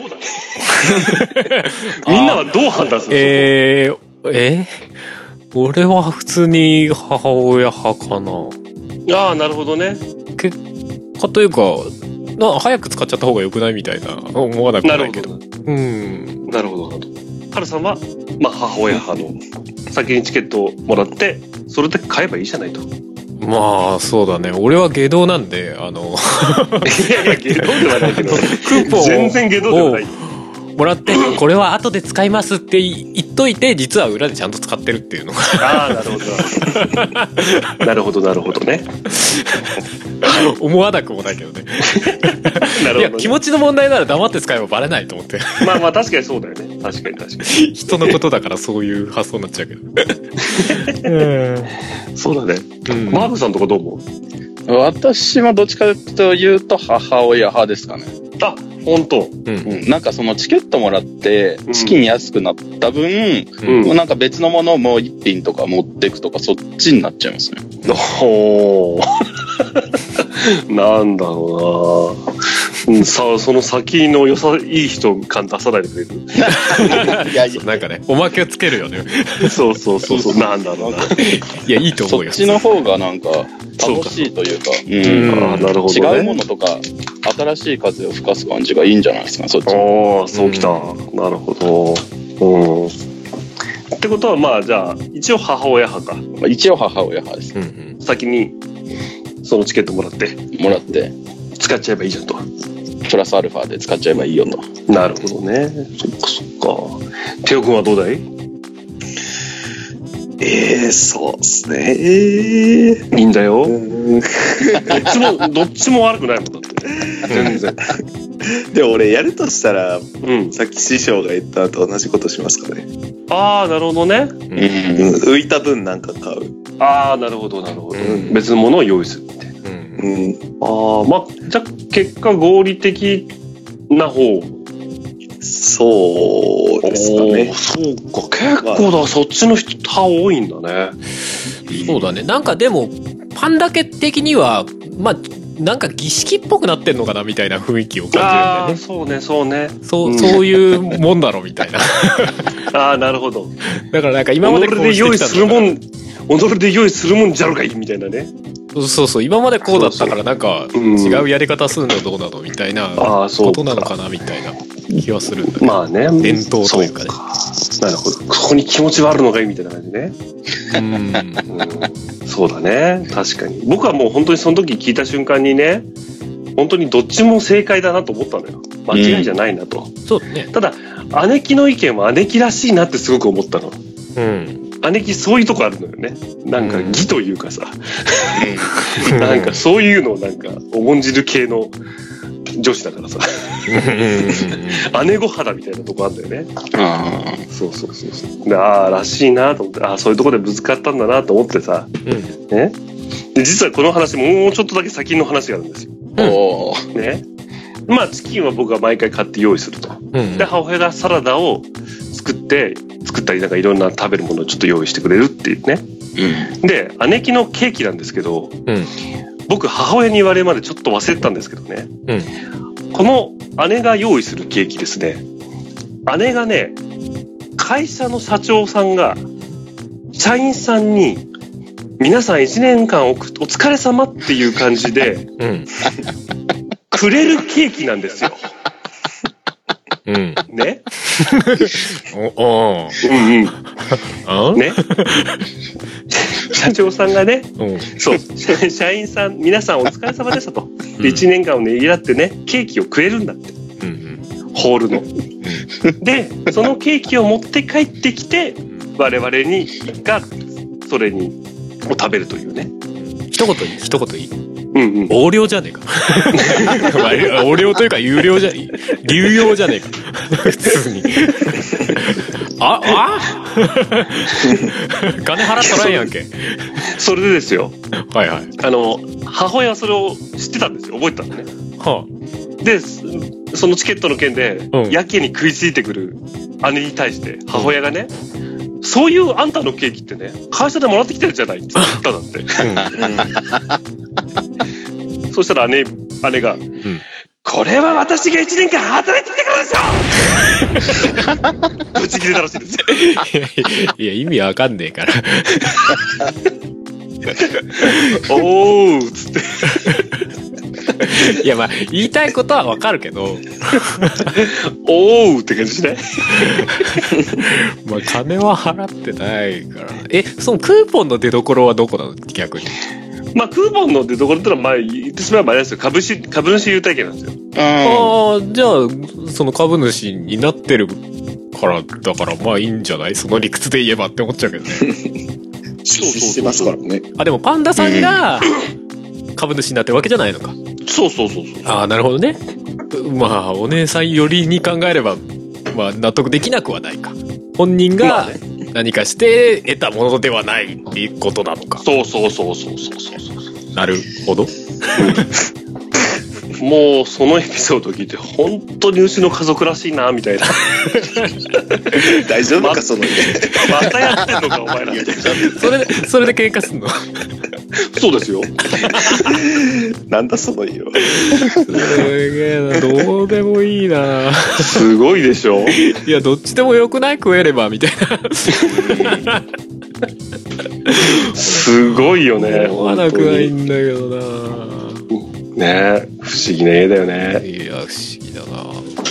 Speaker 1: みんなはどう判断する
Speaker 5: えー、え俺は普通に母親派かな。
Speaker 1: ああ、なるほどね。
Speaker 5: かというか、な早く使っちゃった方が良くないみたいな思わなく
Speaker 1: なる
Speaker 5: ない
Speaker 1: ほ
Speaker 5: けど。
Speaker 1: ど。
Speaker 5: うん。
Speaker 1: なるほど。ハルさんは、まあ、母親派の、先にチケットをもらって、それで買えばいいじゃないと。い
Speaker 5: まあ、そうだね。俺は下道なんで、あの、
Speaker 1: やいや、下道ではないけど。
Speaker 5: クーポンを
Speaker 1: 全然下道ではない。
Speaker 5: もらって、これは後で使いますって言っといて、実は裏でちゃんと使ってるってい
Speaker 1: *laughs*
Speaker 5: うのが。
Speaker 1: ああ、なるほど。 *laughs* なるほど、なるほどね。
Speaker 5: 思わなくもないけどね。
Speaker 1: ないる
Speaker 5: や、
Speaker 1: ほど、
Speaker 5: 気
Speaker 1: ね。
Speaker 5: 持ちの問題なら黙って使えばバレないと思って。
Speaker 1: まあまあ、確かにそうだよね。確かに確か
Speaker 5: 人のことだからそういう発想になっちゃうけど。
Speaker 1: に。そうだね。
Speaker 5: うん
Speaker 1: マーブさんとかどう思う
Speaker 4: 私もどっちかというと母親派ですかね。
Speaker 1: あ、本当。
Speaker 5: うん
Speaker 4: うんなんかそのチケットもらって
Speaker 1: ん、
Speaker 4: チキン安くなった分、
Speaker 1: うん。
Speaker 4: もうなんか別のものをもう一品とか持ってくとか、そっちになっちゃいますね。
Speaker 1: おー *laughs* なんだろうなうんさあ、その先の良さ、いい人感出さないでくれる。
Speaker 4: いやいや、
Speaker 5: なんかね、おまけをつけるよね。
Speaker 1: そうそうそうそう、なんだろうな。
Speaker 5: いや、いいと思
Speaker 4: そうっ
Speaker 5: よ。
Speaker 4: ちの方がなんか
Speaker 1: そうか
Speaker 4: 楽しいというか、
Speaker 5: ん
Speaker 4: うん
Speaker 1: ああ、なるほど、ね。
Speaker 4: 違うものとか、新しい風を吹かす感じがいいんじゃないですか、そっち。
Speaker 1: ああ、そうきた。なるほど。うん。ってことは、まあ、じゃあ、一応母親派か。
Speaker 4: まあ一応母親派です。
Speaker 5: うんうん。
Speaker 1: 先に、そのチケットもらって、
Speaker 4: もらって、
Speaker 1: 使っちゃえばいいじゃんと。
Speaker 4: プラスアルファで使っちゃえばいいよと。
Speaker 1: なるほどね。そっかそっか。テオ君はどうだいい
Speaker 3: ええそうっすね。ええ
Speaker 1: いんだよ。どっちも、 *laughs* どっちも悪くないもんだって。全然。
Speaker 3: で、俺やるとしたら、
Speaker 1: うん。
Speaker 3: さっき師匠が言ったのと同じことしますかね。
Speaker 1: ああ、なるほどね。
Speaker 4: うん。
Speaker 3: うん、浮いた分なんか買う。
Speaker 1: ああ、なるほど、なるほど。
Speaker 5: うん
Speaker 1: 別のものを用意するみたいな。
Speaker 5: うん
Speaker 3: うん、
Speaker 1: ああ、まあ、じゃあ、結果合理的な方
Speaker 3: そうですか
Speaker 1: おー
Speaker 3: ね。
Speaker 1: そうか。結構だ、そっちの人派多いんだね。
Speaker 5: そうだね。なんかでも、パンだけ的には、まあ、なんか儀式っぽくなってんのかなみたいな雰囲気を感じるんだよ
Speaker 1: ああ、
Speaker 5: ね。
Speaker 1: そうね、そうね。
Speaker 5: そうう、
Speaker 1: ん
Speaker 5: そういうもんだろみたいな。
Speaker 1: ああ、なるほど。
Speaker 5: だからなんか今まで
Speaker 1: 踊
Speaker 5: こ
Speaker 1: る
Speaker 5: う
Speaker 1: で用意
Speaker 5: してき
Speaker 1: す
Speaker 5: た
Speaker 1: る
Speaker 5: んだ
Speaker 1: も
Speaker 5: から
Speaker 1: ん、踊るで用意するもんじゃろかいみたいなね。
Speaker 5: そうそう、今までこうだったからなんか
Speaker 1: そううん
Speaker 5: 違うやり方するのどうなのみたいな
Speaker 1: ああ、そ
Speaker 5: こ
Speaker 1: う
Speaker 5: と
Speaker 1: か。
Speaker 5: なのかなみたいな気はするんだけど。
Speaker 1: まあね。
Speaker 5: 伝統というかね
Speaker 1: そなるほど。ここに気持ちはあるのかいみたいな感じね。
Speaker 5: うん
Speaker 1: うんそうだね。確かに。僕はもう本当にその時聞いた瞬間にね、本当にどっちも正解だなと思ったのよ。間違いじゃないなと。
Speaker 5: そうだね。
Speaker 1: ただ、姉貴の意見は姉貴らしいなってすごく思ったの。
Speaker 5: うん。
Speaker 1: 姉貴そういうとこあるのよねなんか義というかさ、なんかそういうのをなんか重んじる系の女子だから *laughs* さ姉御肌みたいなとこあるんだよね
Speaker 4: ああ
Speaker 1: そうそうそうそうでああらしいなと思ってああそういうとこでぶつかったんだなと思ってさ、
Speaker 5: ん
Speaker 1: ねで実はこの話もうちょっとだけ先の話があるんですよ
Speaker 4: おお
Speaker 1: ねまあチキンは僕が毎回買って用意するとで母親がサラダを作って作ったりなんかいろんな食べるものをちょっと用意してくれるっていうねで姉貴のケーキなんですけど僕母親に言われるまでちょっと忘れてたんですけどね、この姉が用意するケーキですね姉がね会社の社長さんが社員さんに皆さん1年間おくお疲れ様っていう感じ
Speaker 5: *laughs*
Speaker 1: でくれるケーキなんですよ。ね。うんうん。ね。社長さんがね、そう、社社員さん、皆さんお疲れ様でしたと。で、1年間をねぎらってね、ケーキをくれるんだって、ホールの。で、そのケーキを持って帰ってきて、我々に、が、それに、を食べるというね。
Speaker 5: 一言いい一言いい
Speaker 1: うんうん。
Speaker 5: 横領じゃねえか。まあ横領というか、 *laughs* 有料じゃ、流用じゃねえか。普通に。あ、あ金払ったらええやんけ。
Speaker 1: それでですよ、
Speaker 5: はいはい。
Speaker 1: あの、母親はそれを知ってたんですよ。覚えてたのね。
Speaker 5: は
Speaker 1: で、すそのチケットの件で、
Speaker 5: うん
Speaker 1: やけに食いついてくる姉に対して、母親がね、そういうあんたのケーキってね、会社でもらってきてるじゃないって言ったんだって。そしたら姉、姉が、これは私が1年間働いてきたからです *laughs* よぶち切れたらしいですよ。
Speaker 5: いや、意味わかんねえから。
Speaker 1: おーっつって。
Speaker 5: いや、まあ、言いたいことはわかるけど、
Speaker 1: おーって感じしない
Speaker 5: まあ、金は払ってないから。え、そのクーポンの出所はどこなの逆に。
Speaker 1: まあ、クーポンの出所ってのは、まあ、言ってしまえばあれですよ。株主、株主優待券なんですよ。
Speaker 5: ああ、じゃあ、その株主になってるから、だから、まあいいんじゃないその理屈で言えばって思っちゃうけどね。
Speaker 3: 出資してますからね。
Speaker 5: あ、でもパンダさんが株主になってるわけじゃないのか。
Speaker 1: そうそうそうそう。
Speaker 5: ああ、なるほどね。まあ、お姉さんよりに考えれば、まあ納得できなくはないか。本人が何かして得たものではないっていうことなのか。
Speaker 1: そうそうそうそうそうそうそう。
Speaker 5: なるほど。
Speaker 1: もうそのエピソード聞いて本当にうちの家族らしいなみた
Speaker 5: *laughs*
Speaker 1: いな
Speaker 3: 大丈夫か、その家。
Speaker 1: またやってんのかお前らみたいな
Speaker 5: それで、それで喧嘩すんの。
Speaker 1: そうですよ
Speaker 3: なんだ、その家は。
Speaker 5: すげえな、どうでもいいな。
Speaker 1: すごいでしょ
Speaker 5: いや、どっちでもよくない食えれば、みたいな。
Speaker 1: すごいよね
Speaker 5: 思わなくないんだけどな
Speaker 1: ね不思議な家だよね
Speaker 5: いや不思議だな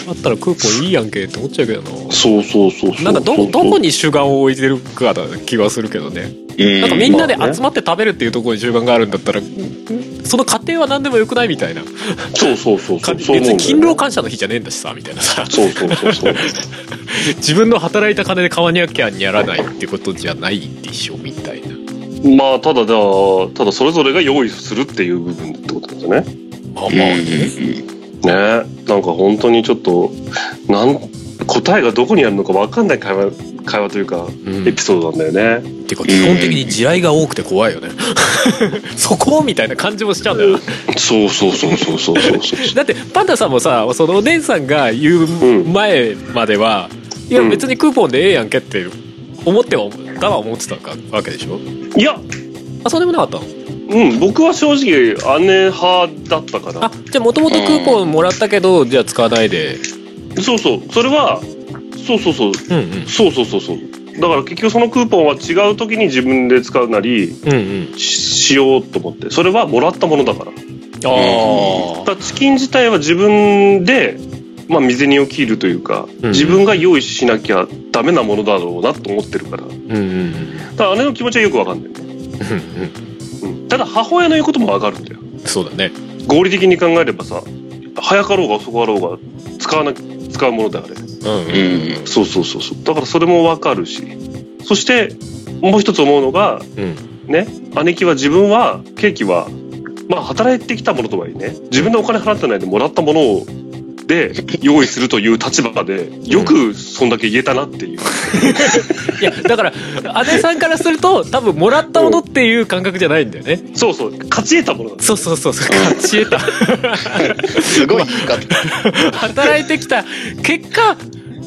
Speaker 5: あったらクーポンいいやんけって思っちゃうけどな
Speaker 1: そうそうそうそう
Speaker 5: なんかどどこに主眼を置いてるかな気はするけどねなんかみんなで集まって食べるっていうところに主眼があるんだったらその過程は何でもよくないみたいな
Speaker 1: そうそうそうそう
Speaker 5: 別
Speaker 1: そう思うん
Speaker 5: に
Speaker 1: だよ
Speaker 5: 勤労感謝の日じゃねえんだし
Speaker 1: *laughs*
Speaker 5: さみたいなさ
Speaker 1: そうそうそうそう
Speaker 5: 自分の働いた金で買わにゃきゃにやらないってことじゃないでしょみたいな *laughs*
Speaker 1: まあただだただそれぞれが用意するっていう部分ってことですね
Speaker 5: まあまあね
Speaker 1: ねなんか本当にちょっとなん答えがどこにあるのか分かんない会話会話というか
Speaker 5: うん
Speaker 1: エピソードなんだよね、
Speaker 5: てか基本的に地雷が多くて怖いよね *laughs* そこみたいな感じもしちゃうんだよな
Speaker 1: そうそうそうそうそうそうそう
Speaker 5: だってパンダさんもさそのお姉さんが言う前までは、いや
Speaker 1: うん
Speaker 5: 別にクーポンでええやんけって思っては我は思ってたわけでしょ
Speaker 1: いや、
Speaker 5: あそうでもなかったの
Speaker 1: うん、僕は正直姉派だったか
Speaker 5: あ
Speaker 1: ら。
Speaker 5: じゃあもともとクーポンもらったけど、じゃあ使わないで
Speaker 1: そうそう、それは、そうそうそう、
Speaker 5: うんうん
Speaker 1: そうそうそうそう。だから結局そのクーポンは違う時に自分で使うなり
Speaker 5: うんうん
Speaker 1: ししようと思って。それはもらったものだから。だ
Speaker 5: あ
Speaker 1: からチキン自体は自分で、まあ、身銭を切るというか、
Speaker 5: うん
Speaker 1: 自分が用意しなきゃダメなものだろうなと思ってるから。だ
Speaker 5: うんうんうんうん
Speaker 1: から姉の気持ちはよくわかんないよね。
Speaker 5: うん
Speaker 1: うん。ただ母親の言うこともわかるんだよ。
Speaker 5: そうだね
Speaker 1: 合理的に考えればさ、早かろうが遅かろうが使わな、使うものだから。
Speaker 5: うんうん
Speaker 4: うん
Speaker 1: そうそうそうそうだからそれもわかるしそしてもう一つ思うのが、
Speaker 5: うん
Speaker 1: ね姉貴は自分はケーキはまあ働いてきたものとはいえね自分のお金払ってないでもらったものをで用意するという立場でよくそんだけ言えたなっていう、
Speaker 5: いやだから姉さんからすると多分もらったものっていう感覚じゃないんだよね
Speaker 1: そうそう勝ち得たものなんです
Speaker 5: そうそうそうそう勝ち得た
Speaker 4: すごい言い方。
Speaker 5: 働いてきた結果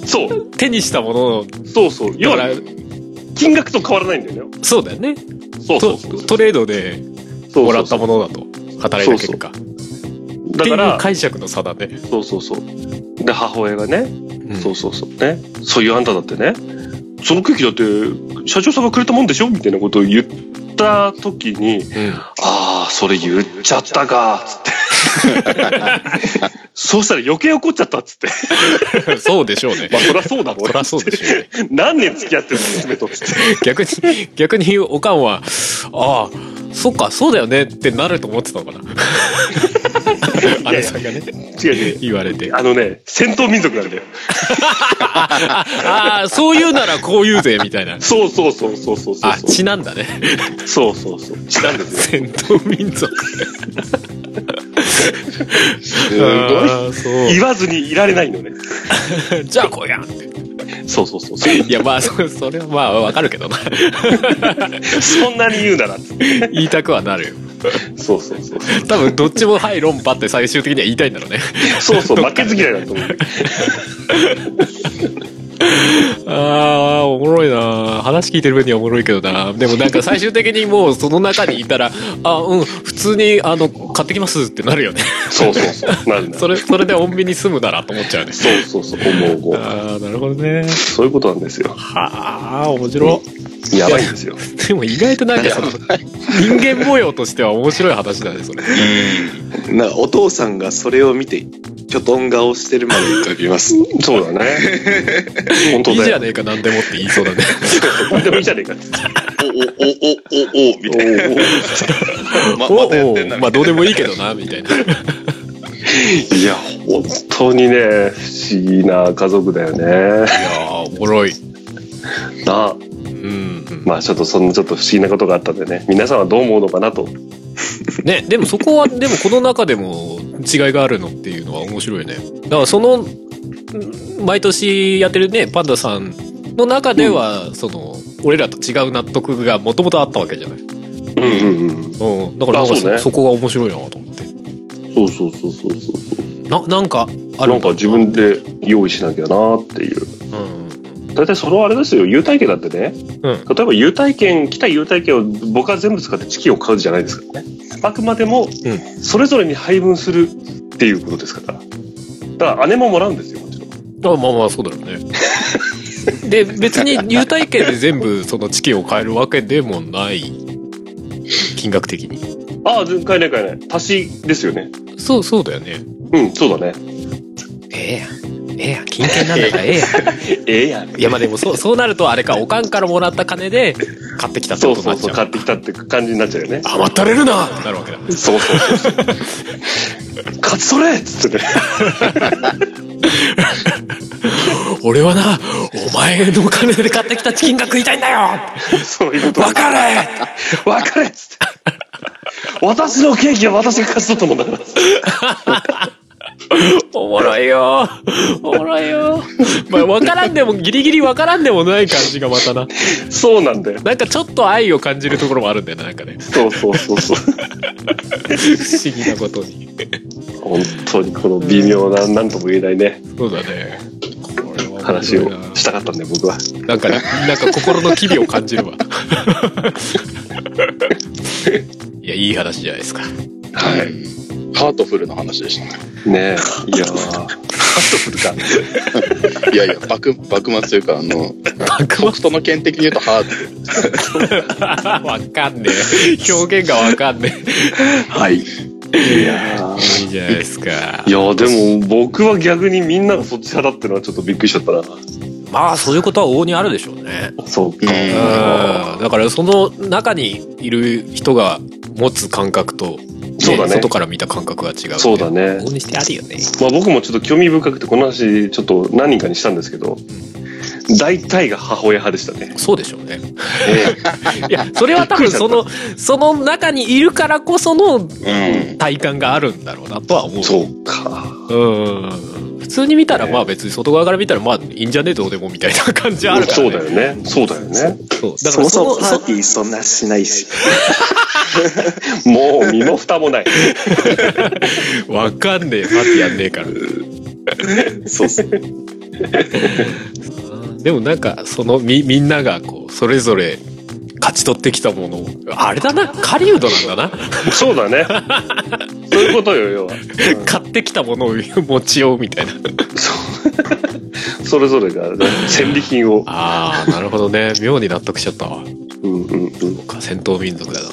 Speaker 1: そう
Speaker 5: 手にしたもの
Speaker 1: そうそう要
Speaker 5: だから
Speaker 1: は金額と変わらないんだよね
Speaker 5: そうだよね
Speaker 1: そうそう
Speaker 5: と
Speaker 1: そう
Speaker 5: トレードで
Speaker 1: そう
Speaker 5: もらった
Speaker 1: も
Speaker 5: ものだと働いた結果
Speaker 1: だか
Speaker 5: っていう
Speaker 1: ら
Speaker 5: 解釈の差だね、
Speaker 1: そうそうそうで母親がねそううそうそうねそういうあんただってねそのケーキだって社長さんがくれたもんでしょみたいなことを言った時に
Speaker 5: うん
Speaker 1: ああ、それ言っちゃったか、つ *laughs* って。そうしたら余計怒っちゃったっつって。
Speaker 5: *laughs* そうでしょうね
Speaker 1: まあ、そりゃそうだろ
Speaker 5: そりゃそうでしょうね
Speaker 1: う。 *laughs* 何年付き合ってるの娘とっつって。
Speaker 5: 逆に逆におかんはああそっかそうだよねってなると思ってたのかな姉さんがね
Speaker 1: 違う違う。
Speaker 5: 言われて
Speaker 1: あのね、戦闘民族なんだよ。
Speaker 5: ああそう言うならこう言うぜみたいな
Speaker 1: そうそうそうそうそうそう。
Speaker 5: あ血なんだね
Speaker 1: そうそうそう。血なんですよ。
Speaker 5: 戦闘民族
Speaker 4: す
Speaker 5: す
Speaker 4: ごい。
Speaker 5: そ
Speaker 1: 言わずにいられないのね。
Speaker 5: うじゃあこうやん
Speaker 1: そうそうそうそう。
Speaker 5: いやまあそそれはまあわかるけどな
Speaker 1: そんなに言うならっつって。
Speaker 5: 言いたくはなるよ
Speaker 1: そうそうそう。
Speaker 5: 多分どっちも「はい論破」って最終的には言いたいんだろうね
Speaker 1: そうそう、負けず嫌いだと思う。
Speaker 5: *laughs* あーおもろいな話聞いてる分にはおもろいけどなでもなんか最終的にもうその中にいたらあうん普通にあの買ってきますってなるよね *laughs*
Speaker 1: そうそうそう。なるな
Speaker 5: それそれで穏便に済むならと思っちゃうね
Speaker 1: そうそうそう、思う思う。
Speaker 5: ああなるほどね
Speaker 1: そういうことなんですよ。
Speaker 5: はあ面白
Speaker 1: やばいんですよ。
Speaker 5: でも意外となんかその人間模様としては面白い話だねそれ
Speaker 3: なお父さんがそれを見てきょとん顔してるまで浮かびます
Speaker 1: そうだね。本当
Speaker 5: いい
Speaker 1: だ
Speaker 5: じ
Speaker 1: よ
Speaker 5: ゃ。ねえか何でもって言いそうだね
Speaker 1: でもいいじゃねえかっつって。
Speaker 4: お、お、お、お、お、みたいな。ま、またやってんな。
Speaker 5: まあどうでもいいけどなみたいない
Speaker 1: や、本当にね、不思議な家族だよね。
Speaker 5: いやーおもろい
Speaker 1: なあ
Speaker 5: うんうん
Speaker 1: まあちょっとそのちょっと不思議なことがあったんでね、皆さんはどう思うのかなと。
Speaker 5: ね、でもそこは、でもこの中でも違いがあるのっていうのは面白いね。だからその、ん毎年やってるね、パンダさんの中では、その、俺らと違う納得がもともとあったわけじゃない。
Speaker 1: うんうんうん。
Speaker 5: うん。だからなんか
Speaker 1: あ
Speaker 5: そ
Speaker 1: そうね
Speaker 5: そこが面白いなと思って。
Speaker 1: そうそうそうそうそう。
Speaker 5: な、なんかあ
Speaker 1: あ
Speaker 5: る
Speaker 1: なんか自分で用意しなきゃなっていう。
Speaker 5: うん。
Speaker 1: 大体そのあれですよ、優待券だってね、
Speaker 5: うん
Speaker 1: 例えば優待券、来た優待券を僕は全部使ってチキンを買うじゃないですからね。あくまでも、それぞれに配分するっていうことですから。だから姉ももらうんですよ、もちろん。
Speaker 5: あまあまあ、そうだ
Speaker 1: *laughs*
Speaker 5: よね。で、別に入退券で全部そのチキンを買えるわけでもない。金額的に。
Speaker 1: ああ、全然買えない買えない。足しですよね。
Speaker 5: そう、そうだよね。
Speaker 1: うん、そうだね。
Speaker 5: ええやん。ええやん。金券なんだからええやん。
Speaker 1: *laughs* ええやん。
Speaker 5: いやまあでもそうそうなるとあれかおかんからもらった金で買ってきたって
Speaker 1: そ
Speaker 5: こ
Speaker 1: う
Speaker 5: とにな
Speaker 1: そう
Speaker 5: っち
Speaker 1: そう、買
Speaker 5: ゃう
Speaker 1: ってきたって感じになっちゃうよね。
Speaker 5: あ待たれるなってなるわけだ
Speaker 1: そうそうそう *laughs* そう。勝つそれっつってね。 *laughs*
Speaker 5: 俺はなお前のお金で買ってきたチキンが食いたいんだよ
Speaker 1: そういうこと。
Speaker 5: 分かれ
Speaker 1: わかれっつって。私のケーキは私が勝つとったもんだから。
Speaker 5: おもろいよおもろいよまあ分からんでもギリギリ分からんでもない感じがまたな
Speaker 1: そうなんだよ。
Speaker 5: なんかちょっと愛を感じるところもあるんだよねなんかね
Speaker 1: そうそうそうそう。
Speaker 5: 不思議なことに
Speaker 1: 本当にこの微妙な、なんとも言えないね、
Speaker 5: そうだねこれは面白いな
Speaker 1: 話をしたかったんで、僕は。
Speaker 5: なんか、なんか心の機微を感じる *laughs* わ。いや、いい話じゃないですか。
Speaker 1: はい。
Speaker 4: ハートフルな話でしたね。
Speaker 1: ねえ、いやー、カットするか。
Speaker 4: いやいや、幕、幕末というか、あの、北斗の剣的に言うとハートフ
Speaker 5: *laughs*
Speaker 4: ル。
Speaker 5: わかんねえ。表現がわかんね
Speaker 4: はい。
Speaker 1: いやー。
Speaker 5: え。いいじゃないですか
Speaker 1: い。やーでも僕は逆にみんながそっち派だってのはちょっとびっくりしちゃったな。
Speaker 5: まあ、そういうことは往々にあるでしょうね。
Speaker 1: そうか。
Speaker 5: うん。だから、その中にいる人が持つ感覚と、ね
Speaker 1: そうだね
Speaker 5: 外から見た感覚が違う、
Speaker 1: そうだ。ね
Speaker 5: 往。々にしてあるよね。
Speaker 1: まあ僕もちょっと興味深くてこの話ちょっと何人かにしたんですけど、大体が母親派でしたね。
Speaker 5: そうでしょうね。
Speaker 1: え
Speaker 5: いや、それは多分その、その中にいるからこその
Speaker 3: うん。
Speaker 5: 体感があるんだろうなとは思
Speaker 1: え
Speaker 5: う。
Speaker 1: そうか。
Speaker 5: うん。普通に見たら、まあ別に外側から見たら、まあいいんじゃねえどうでもみたいな感じはあるから、ね。
Speaker 1: そうだよね。そうだよね。
Speaker 5: そう。だか
Speaker 3: そ
Speaker 5: ら
Speaker 3: も
Speaker 5: そ
Speaker 3: そ
Speaker 5: の
Speaker 3: もパーティーそんなしないし。
Speaker 1: もう身も蓋もない。
Speaker 5: そわかんねえ、パーティーやんねえから。
Speaker 3: そうっすね。
Speaker 5: でもなんか、そのみ、みんながこう、それぞれ勝ち取ってきたものを、あれだな、狩人なんだな。
Speaker 1: そうだ
Speaker 5: *laughs*
Speaker 1: ね。そういうことよ、要は。
Speaker 5: 買ってきたものを持ちようみたいな。
Speaker 1: そう。それぞれが、ね、戦利品を。
Speaker 5: ああ、なるほどね。妙に納得しちゃったわ。
Speaker 1: うんうんうん。
Speaker 5: か戦闘民族だな。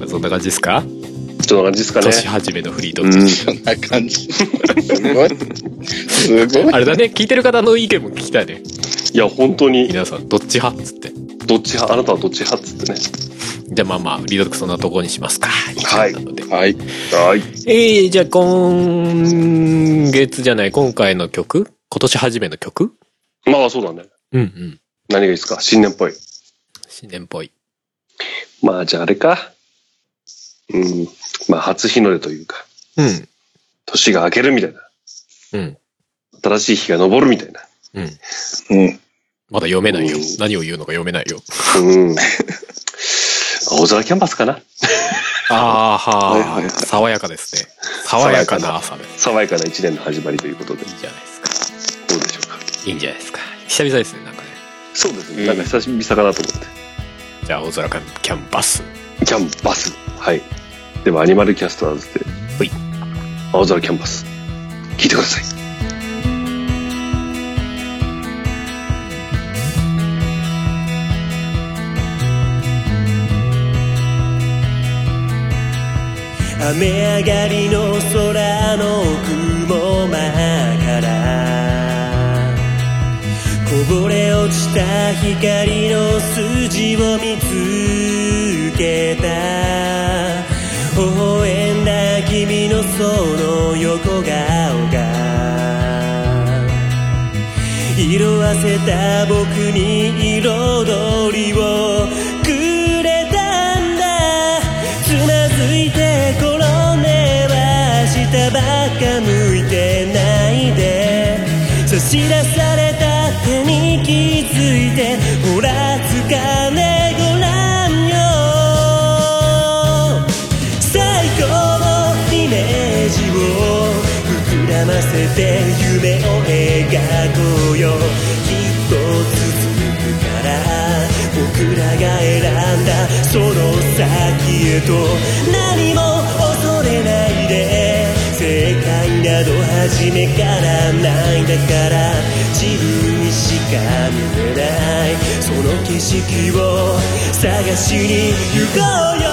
Speaker 5: まあそんな感じですか、
Speaker 1: そんな感じですかね。
Speaker 5: 年始めのフリートー
Speaker 1: う
Speaker 5: ク、
Speaker 1: ん。
Speaker 4: そんな感じ。すごい。すごい。
Speaker 5: あれだね、聞いてる方の意見も聞きたいね。
Speaker 1: いや、本当に、
Speaker 5: 皆さん、どっち派っつって。
Speaker 1: どっち派、あなたはどっち派っつってね。
Speaker 5: じゃあまあまあ、フリートークそんなとこにしますか。
Speaker 1: はい
Speaker 5: なので
Speaker 4: はい。
Speaker 1: はい。
Speaker 5: えー、じゃあ今月じゃない、今回の曲今年初めの曲
Speaker 1: まあ、そうだね。
Speaker 5: うんうん。
Speaker 1: 何がいいですか新年っぽい。
Speaker 5: 新年っぽい。
Speaker 1: まあ、じゃああれか。うん。まあ、初日の出というか、
Speaker 5: うん。
Speaker 1: 年が明けるみたいな。
Speaker 5: うん。
Speaker 1: 新しい日が昇るみたいな。
Speaker 5: うん。
Speaker 4: うん。
Speaker 5: まだ読めないよ
Speaker 1: うん。
Speaker 5: 何を言うのか読めない
Speaker 1: *laughs*
Speaker 5: よ。
Speaker 1: うん。青空キャンパスかな
Speaker 5: ああ、
Speaker 3: はい
Speaker 5: は
Speaker 3: はいはい
Speaker 5: あ。爽やかですね。爽やかな朝です。
Speaker 1: 爽やかな一年の始まりということで。
Speaker 5: いいじゃないですか。
Speaker 1: どうでしょうか。
Speaker 5: いいんじゃないですか。久々ですね、なんかね。
Speaker 1: そうです
Speaker 4: うん
Speaker 1: ね。なんか久しぶりさかなと思って。
Speaker 5: じゃあ、青空キャンバス。
Speaker 1: キャンパス。はい。では、アニマルキャスターズで。
Speaker 5: ほい。
Speaker 1: 青空キャンパス。聞いてください。
Speaker 2: 雨上がりの空の雲間からこぼれ落ちた光の筋を見つけた微笑んだ君のその横顔が色あせた僕に彩りをくれたんだつまずいて転んでは下ばっか向いてないで差し出された手に気づいてほら掴んでごらんよ最高のイメージを膨らませて夢を描こうよきっと続くから僕らが選んだその先へと何も恐れないで正解など初めからないだから自分にしか見えないその景色を探しに行こうよ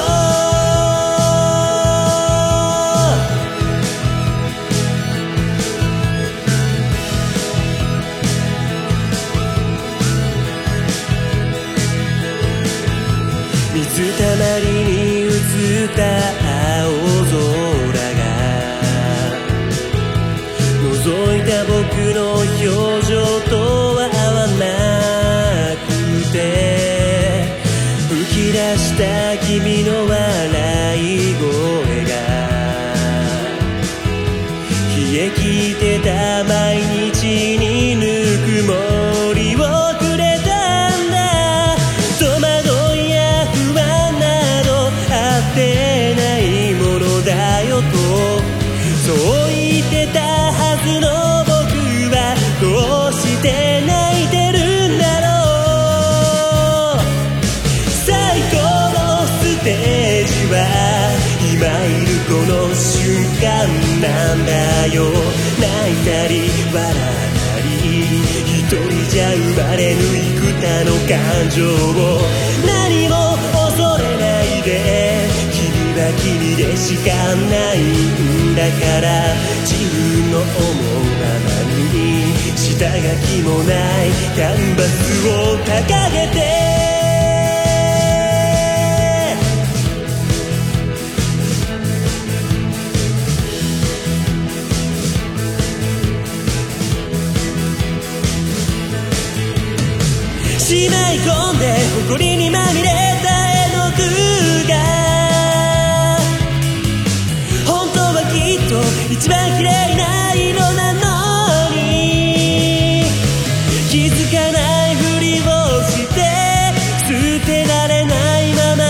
Speaker 2: 水たまりに映った青空が覗いた僕の表情とは合わなくて吹き出した君の笑い声が冷え切ってた毎日にぬくもりをくれたんだ戸惑いや不安などあってないものだよとそう言ってたはずの僕はどうして泣いてるんだろう最高のステージは今いるこの瞬間なんだよ泣いたり笑ったり一人じゃ生まれぬ幾多の感情を何も恐れないで君は君でしかないんだから自分の思うままに下書きもないキャンバスを掲げて「んで埃にまみれた絵の具が本当はきっと一番綺麗な色なのに気づかないふりをして捨てられないまま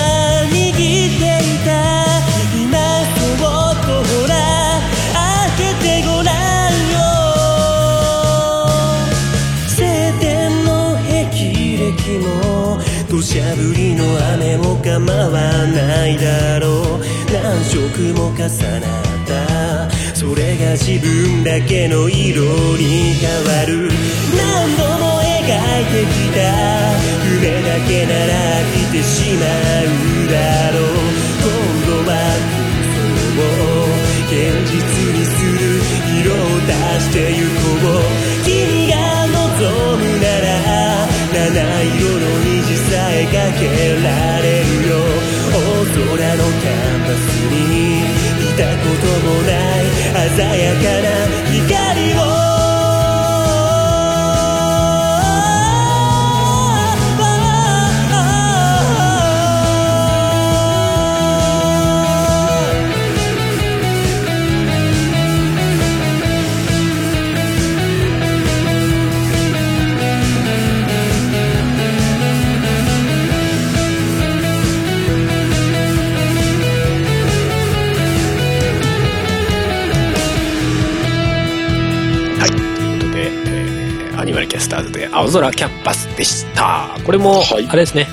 Speaker 2: 握っていた今そっとほら開けてごらんよ晴天の霹靂も土砂降りの雨も構わないだろう何色も重なったそれが自分だけの色に変わる何度も描いてきた夢だけなら来てしまうだろう今度は現実にする色を出してゆこう君が望むなら七色の虹さえかけられるよ大空のキャンバスに見たこともない鮮やかな光を
Speaker 5: はい、ということで、えーアニマルキャスターズで青空キャンパスでした。これも、
Speaker 3: はい
Speaker 5: あれですね、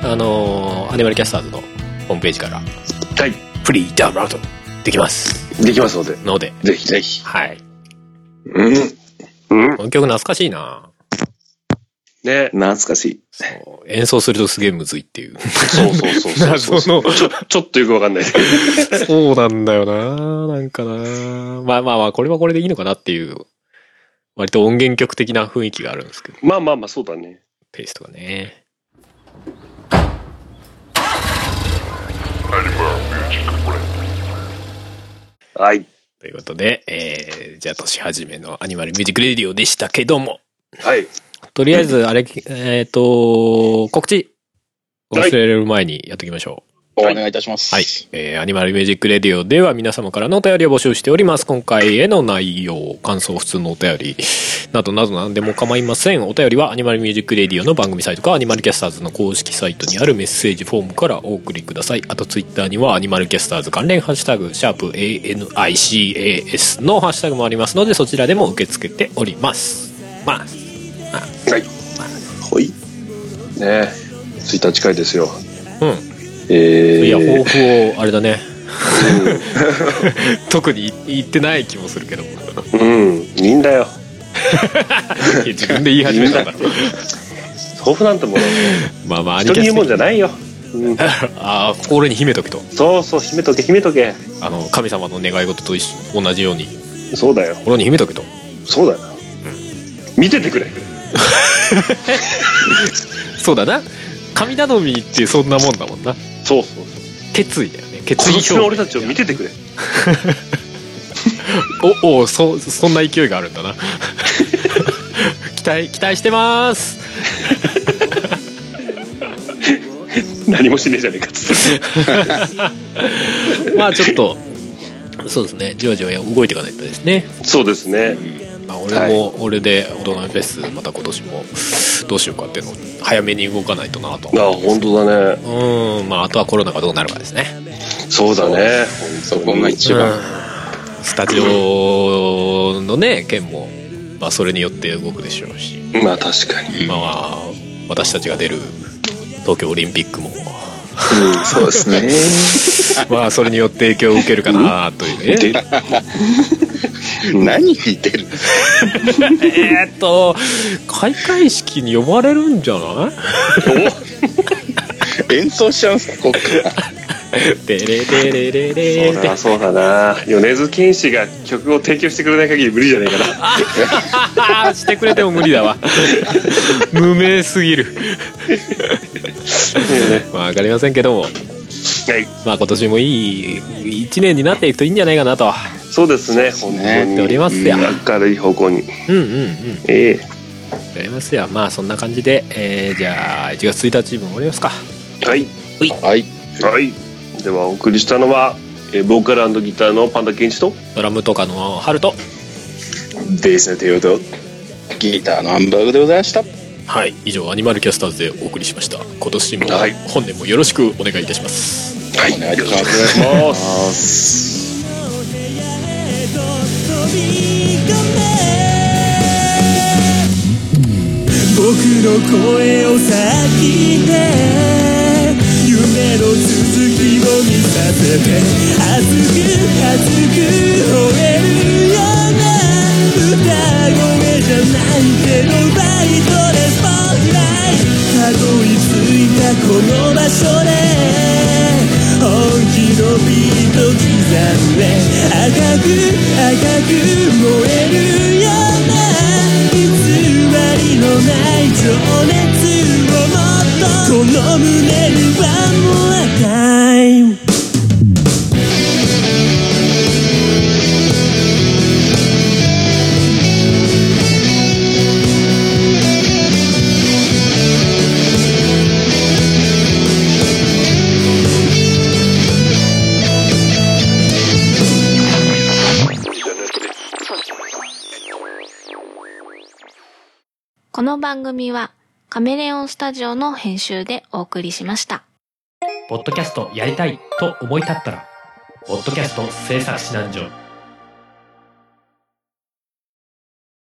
Speaker 5: あのーアニマルキャスターズのホームページから、
Speaker 1: はい。
Speaker 5: フリーダウンロードできます。
Speaker 1: できますので、
Speaker 5: ので、
Speaker 1: ぜひぜひ。
Speaker 5: はい。
Speaker 3: うん。
Speaker 1: うん。
Speaker 5: この曲懐かしいな
Speaker 1: ね。
Speaker 3: 懐かしい。
Speaker 5: そう演奏するとすげえむずいっていう。
Speaker 1: そうそうそうそうそう。*laughs*
Speaker 5: 謎 *laughs* の
Speaker 1: ちょ、ちょっとよくわかんないですけど。
Speaker 5: そうなんだよななんかなまあまあまあ、これはこれでいいのかなっていう、割と音源曲的な雰囲気があるんですけど、
Speaker 1: まあまあまあ、そうだね。
Speaker 5: ペースとかね。
Speaker 1: はい。
Speaker 5: ということで、えー、じゃあ年始めのアニマルミュージックレディオでしたけども、
Speaker 1: はい。
Speaker 5: とりあえず、あれ、えっ、と、告知を
Speaker 1: はい
Speaker 5: 忘れる前にやっておきましょう。
Speaker 4: お願いいたします。
Speaker 5: はい。えー、アニマルミュージックレディオでは皆様からのお便りを募集しております。今回への内容、感想、普通のお便り、などなど何でも構いません。お便りはアニマルミュージックレディオの番組サイトか、アニマルキャスターズの公式サイトにあるメッセージフォームからお送りください。あとツイッターにはアニマルキャスターズ関連ハッシュタグ、シャープ ANICAS のハッシュタグもありますので、そちらでも受け付けております。まあ、
Speaker 1: はい。
Speaker 3: ほい。
Speaker 1: ねツイッター近いですよ。
Speaker 5: うん。
Speaker 1: えー、
Speaker 5: いや、抱負を、あれだね。 *laughs* 特に言ってない気もするけど。いや
Speaker 1: うん。いいんだよ。
Speaker 5: *laughs* 自分で言い始めたんだろ。
Speaker 1: 豆腐なんてもの、
Speaker 5: まあまあ、アニ
Speaker 1: 人
Speaker 5: キ
Speaker 1: に言
Speaker 5: ャ
Speaker 1: う
Speaker 5: ス
Speaker 1: もんじゃないよ。うん、
Speaker 5: ああ、心に秘めとけと。
Speaker 1: そうそう、秘めとけ、秘めとけ。
Speaker 5: あの、神様の願い事と一緒同じように、
Speaker 1: そうだよ。
Speaker 5: 心に秘めとけと。
Speaker 1: そうだよ。見ててくれ。
Speaker 5: そうだな。神頼みってそんなもんだもんな。
Speaker 1: そうそう。
Speaker 5: 決意だよね。決
Speaker 1: 今
Speaker 5: 意
Speaker 1: 年の俺
Speaker 5: 表明。
Speaker 1: たちを見ててくれ。
Speaker 5: お、お、そ、そんな勢いがあるんだな。 *laughs* 期待、期待してます。
Speaker 1: 何もしねえじゃねえかっつって。
Speaker 5: まあちょっと、そうですね。じわじわ動いていかないとですね。
Speaker 1: そうですね。
Speaker 5: まあ、俺も、俺で大人フェスまた今年もどうしようかっていうのを早めに動かないとなと
Speaker 1: ああ、本当だね。
Speaker 5: うんまああとはコロナがどうなるかですね
Speaker 1: そうだね。
Speaker 4: そこが一
Speaker 5: う
Speaker 4: 番。
Speaker 5: んスタジオのね件も、まあ、それによって動くでしょうし、
Speaker 1: まあ確かに。
Speaker 5: まあ私たちが出る東京オリンピックも
Speaker 4: そうですね。
Speaker 5: *laughs* まあそれによって影響を受けるかなというね
Speaker 1: 出る。
Speaker 4: 何聞いてる
Speaker 5: えーっと開会式に呼ばれるんじゃない *laughs*
Speaker 4: 演奏しちゃうんすか、こっから。
Speaker 5: デレデレレレ
Speaker 1: そう
Speaker 5: って
Speaker 1: だそうだな米津玄師が曲を提供してくれない限り無理じゃないかな
Speaker 5: あー *laughs* してくれても無理だわ無名すぎるまあ分かりませんけども
Speaker 1: はい
Speaker 5: まあ今年もいい一年になっていくといいんじゃないかなと
Speaker 1: そうですね本当
Speaker 5: 思っており
Speaker 1: に
Speaker 5: ますよ、
Speaker 1: 明るい方向に
Speaker 5: うんうんうん
Speaker 1: ええ
Speaker 5: やりますよまあそんな感じで、えーじゃあ1月1日分終わりますか
Speaker 1: はい。
Speaker 4: はい。
Speaker 1: はい。では、お送りしたのは、えーボーカルギターのパンダケンチと、
Speaker 5: ドラムとかの春と
Speaker 3: ベースの手をどう
Speaker 4: ギターのハンバーグでございました。
Speaker 5: はい以上アニマルキャスターズでお送りしました今年も
Speaker 1: はい
Speaker 5: 本年もよろしくお願いいたします
Speaker 4: はい。お願いします。
Speaker 1: ます
Speaker 2: 僕の声を先で夢の続きを見させて熱く熱く吠えるような歌声じゃないけどバイトでスポットライトたどり着いたこの場所で本気のビート刻んで赤く赤く燃えるような偽りのない情熱をもっとこの胸にはもう赤い
Speaker 6: この番組はカメレオンスタジオの編集でお送りしました。
Speaker 7: ポッドキャストやりたいと思い立ったら、ポッドキャスト制作指南所。